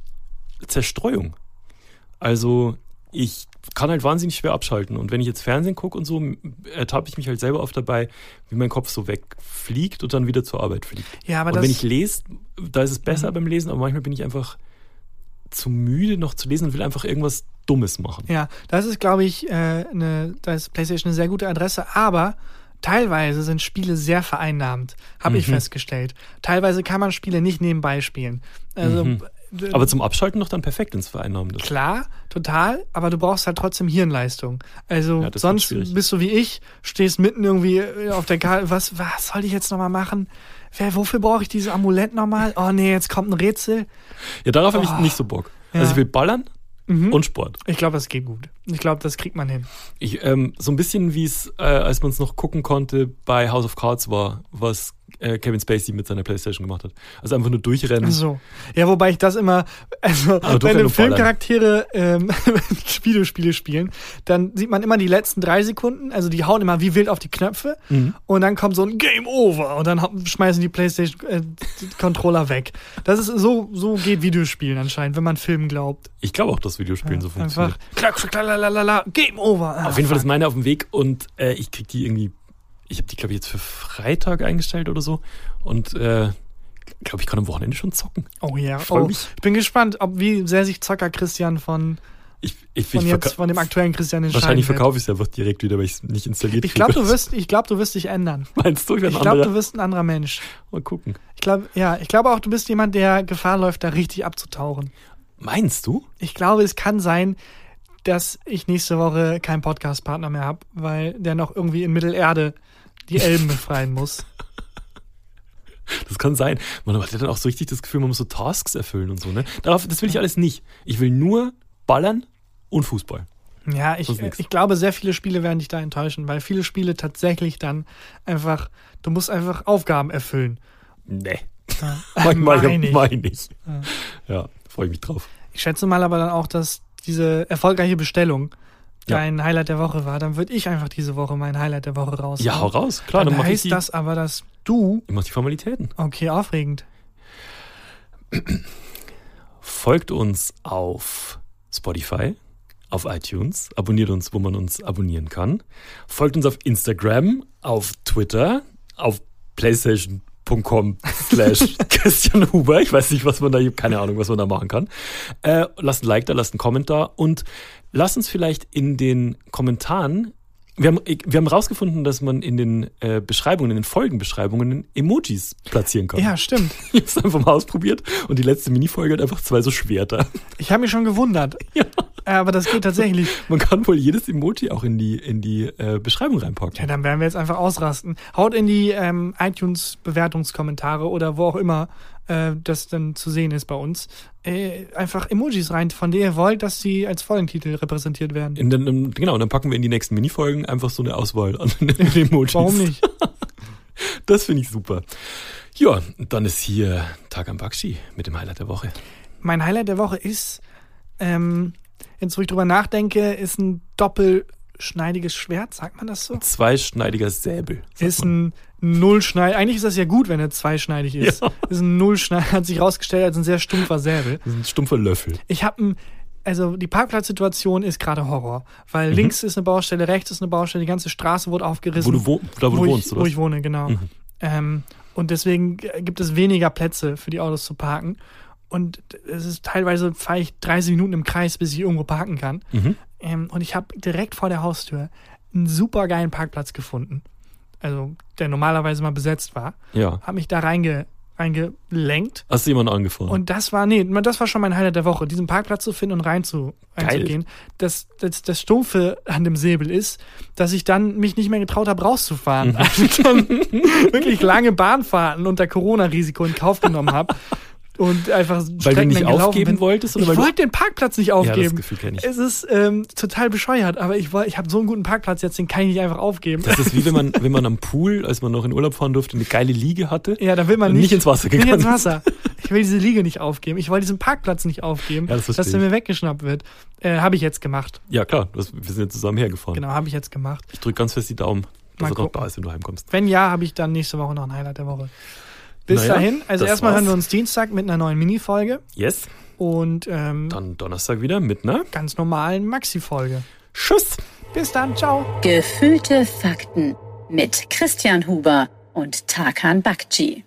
S2: Zerstreuung. Also ich kann halt wahnsinnig schwer abschalten. Und wenn ich jetzt Fernsehen gucke und so, m- ertappe ich mich halt selber oft dabei, wie mein Kopf so wegfliegt und dann wieder zur Arbeit fliegt.
S1: Ja, aber
S2: und
S1: das, Mhm.
S2: wenn ich lese, da ist es besser beim Lesen, aber manchmal bin ich einfach zu müde noch zu lesen und will einfach irgendwas Dummes machen.
S1: ja, das ist, glaube ich, äh, eine, da ist PlayStation eine sehr gute Adresse, aber teilweise sind Spiele sehr vereinnahmend, habe
S2: Mhm.
S1: ich festgestellt. Teilweise kann man Spiele nicht nebenbei spielen. Also
S2: Mhm.
S1: d-
S2: Aber zum Abschalten noch dann perfekt ins Vereinnahmen. Das.
S1: Klar, total, aber du brauchst halt trotzdem Hirnleistung. Also
S2: Ja, das wird
S1: sonst
S2: schwierig.
S1: bist du wie ich, stehst mitten irgendwie äh, auf der Karte, was, was soll ich jetzt nochmal machen? Wer, wofür brauche ich dieses Amulett nochmal? Oh nee, jetzt kommt ein Rätsel.
S2: Ja, darauf habe ich
S1: Ah.
S2: nicht so Bock.
S1: Ja. Mhm.
S2: Also ich will ballern, und Sport.
S1: Ich glaube, das geht gut. Ich glaube, das kriegt man hin.
S2: Ich, ähm, so ein bisschen wie es, äh, als man es noch gucken konnte, bei House of Cards war, was äh, Kevin Spacey mit seiner Playstation gemacht hat. Also einfach nur durchrennen.
S1: Ach so. Ja, wobei ich das immer, also
S2: Aber du
S1: wenn
S2: kannst
S1: im
S2: nur
S1: Film
S2: ballern.
S1: Charaktere ähm, Videospiele spielen, dann sieht man immer die letzten drei Sekunden, also die hauen immer wie wild auf die Knöpfe
S2: Mhm.
S1: und dann kommt so ein Game Over und dann hau- schmeißen die Playstation äh, die Controller weg. Das ist so, so geht Videospielen anscheinend, wenn man Filmen glaubt.
S2: Ich glaube auch, dass Videospielen so funktioniert.
S1: Einfach klack, klack, lalalala, Game Over. Ah,
S2: Auf jeden Fall ist meine auf dem Weg und äh, ich krieg die irgendwie, ich habe die, glaube ich, jetzt für Freitag eingestellt oder so. Und äh, glaube, ich kann am Wochenende schon zocken.
S1: Oh ja.
S2: freu
S1: Oh,
S2: mich.
S1: ich bin gespannt, ob wie sehr sich Zocker Christian von,
S2: Ich, ich,
S1: von
S2: ich
S1: jetzt
S2: verka-
S1: von dem aktuellen Christian entscheiden
S2: Wahrscheinlich
S1: wird.
S2: verkaufe ich es einfach direkt wieder, weil ich es nicht installiert
S1: Ich glaube,
S2: kriege.
S1: du wirst, ich glaube, du wirst dich ändern.
S2: Meinst du, ich werde
S1: Ich
S2: ein
S1: glaube,
S2: anderer?
S1: du wirst ein anderer Mensch.
S2: Mal gucken.
S1: Ich glaube, ja, ich glaube auch, du bist jemand, der Gefahr läuft, da richtig abzutauchen.
S2: Meinst du?
S1: Ich glaube, es kann sein, dass ich nächste Woche keinen Podcast-Partner mehr habe, weil der noch irgendwie in Mittelerde die Elben befreien muss.
S2: Das kann sein. Man hat ja dann auch so richtig das Gefühl, man muss so Tasks erfüllen und so, ne? Darauf, das will ich alles nicht. Ich will nur ballern und Fußball.
S1: Ja, ich,
S2: Sonst nix.
S1: ich glaube, sehr viele Spiele werden dich da enttäuschen, weil viele Spiele tatsächlich dann einfach, du musst einfach Aufgaben erfüllen.
S2: Nee.
S1: Ja,
S2: Manchmal
S1: meine ich.
S2: meine ich. Ja, freue ich mich drauf.
S1: Ich schätze mal aber dann auch, dass diese erfolgreiche Bestellung
S2: Ja.
S1: dein Highlight der Woche war. Dann würde ich einfach diese Woche mein Highlight der Woche raus.
S2: Ja, hau raus. Klar, dann,
S1: dann
S2: mach ich
S1: heißt
S2: die,
S1: das aber, dass du,
S2: ich mach die Formalitäten.
S1: okay, aufregend,
S2: Folgt uns auf Spotify, auf iTunes, abonniert uns, wo man uns abonnieren kann. Folgt uns auf Instagram, auf Twitter, auf playstation.com slash Christian Huber. Ich weiß nicht, was man da, ich hab keine Ahnung, was man da machen kann. Äh, lasst ein Like da, lasst einen Kommentar und lasst uns vielleicht in den Kommentaren wir haben, ich- wir haben rausgefunden, dass man in den äh, Beschreibungen, in den Folgenbeschreibungen Emojis platzieren kann.
S1: Ja, stimmt.
S2: Ich habe es einfach mal ausprobiert und die letzte Minifolge hat einfach zwei so Schwerter.
S1: Ich habe mich schon gewundert. Äh,
S2: Ja.
S1: Aber das geht tatsächlich.
S2: Man kann wohl jedes Emoji auch in die, in die äh, Beschreibung
S1: Ja,
S2: reinpacken.
S1: dann werden wir jetzt einfach ausrasten. Haut in die ähm, iTunes-Bewertungskommentare oder wo auch immer äh, das dann zu sehen ist bei uns. Äh, einfach Emojis rein, von denen ihr wollt, dass sie als Folgentitel repräsentiert werden.
S2: In den, in- genau, und dann packen wir in die nächsten Minifolgen einfach so eine Auswahl an den Emojis.
S1: Warum nicht?
S2: Das finde ich super. Ja, dann ist hier Tag am Bakshi mit dem Highlight der Woche.
S1: Mein Highlight der Woche ist, ähm, jetzt wo ich drüber nachdenke, ist ein doppelschneidiges Schwert, sagt man das so?
S2: Zweischneidiger Säbel. sagt
S1: ist
S2: man.
S1: ein Nullschneid. Eigentlich ist das ja gut, wenn er zweischneidig ist. Ist ein Nullschneid, hat sich rausgestellt als ein sehr stumpfer Säbel.
S2: Das ist ein stumpfer Löffel.
S1: Ich habe ein, also die Parkplatzsituation ist gerade Horror, weil links ist eine Baustelle, rechts ist eine Baustelle, die ganze Straße wurde aufgerissen.
S2: Mhm. Wo du, wo, da, wo du
S1: ich,
S2: wohnst,
S1: Wo
S2: oder? was? Mhm.
S1: ich wohne, genau. Ähm, und deswegen gibt es weniger Plätze für die Autos zu parken. Und es ist teilweise fahre ich 30 Minuten im Kreis, bis ich irgendwo parken kann.
S2: Mhm.
S1: Ähm, und ich habe direkt vor der Haustür einen super geilen Parkplatz gefunden. Also, der normalerweise mal besetzt war.
S2: ja.
S1: Habe mich da reinge, reingelenkt.
S2: Hast du jemanden angefahren?
S1: Und das war, nee, das war schon mein Highlight der Woche, diesen Parkplatz zu finden und rein zu,
S2: Geil.
S1: reinzugehen. Das, das, das Stumpfe an dem Säbel ist, dass ich dann mich nicht mehr getraut habe,
S2: Mhm.
S1: rauszufahren. Also dann wirklich lange Bahnfahrten unter Corona-Risiko in Kauf genommen habe. Und einfach
S2: weil du
S1: Strecken
S2: nicht
S1: dann gelaufen
S2: aufgeben
S1: bin.
S2: wolltest? Oder
S1: Ich
S2: weil du-
S1: wollte den Parkplatz nicht aufgeben.
S2: Gefühl kenn ich.
S1: Es ist ähm, total bescheuert, aber ich, woll- ich habe so einen guten Parkplatz jetzt, den kann ich nicht einfach aufgeben.
S2: das ist wie wenn man, wenn man am Pool, als man noch in Urlaub fahren durfte, eine geile Liege hatte.
S1: Ja, da will man
S2: Und
S1: nicht,
S2: nicht ins Wasser
S1: Nicht
S2: gegangen
S1: ins
S2: ist.
S1: Wasser. Ich will diese Liege nicht aufgeben. Ich wollte diesen Parkplatz nicht aufgeben,
S2: Ja, das verstehe
S1: dass der
S2: ich.
S1: mir weggeschnappt wird. Äh, habe ich jetzt gemacht.
S2: Ja, klar, das, wir sind ja zusammen hergefahren.
S1: Genau, habe ich jetzt gemacht.
S2: Ich drücke ganz fest die Daumen, dass
S1: Mal
S2: er noch
S1: gucken.
S2: da ist, wenn du heimkommst.
S1: Wenn ja, habe ich dann nächste Woche noch ein Highlight der Woche. Bis
S2: Naja,
S1: dahin, also
S2: das
S1: erstmal hören wir
S2: war's.
S1: uns Dienstag mit einer neuen Mini-Folge
S2: Yes.
S1: und ähm,
S2: Dann Donnerstag wieder mit, ne?
S1: ganz normalen Maxi-Folge.
S2: Tschüss!
S1: Bis dann, ciao.
S3: Gefühlte Fakten mit Christian Huber und Tarkan Bakci.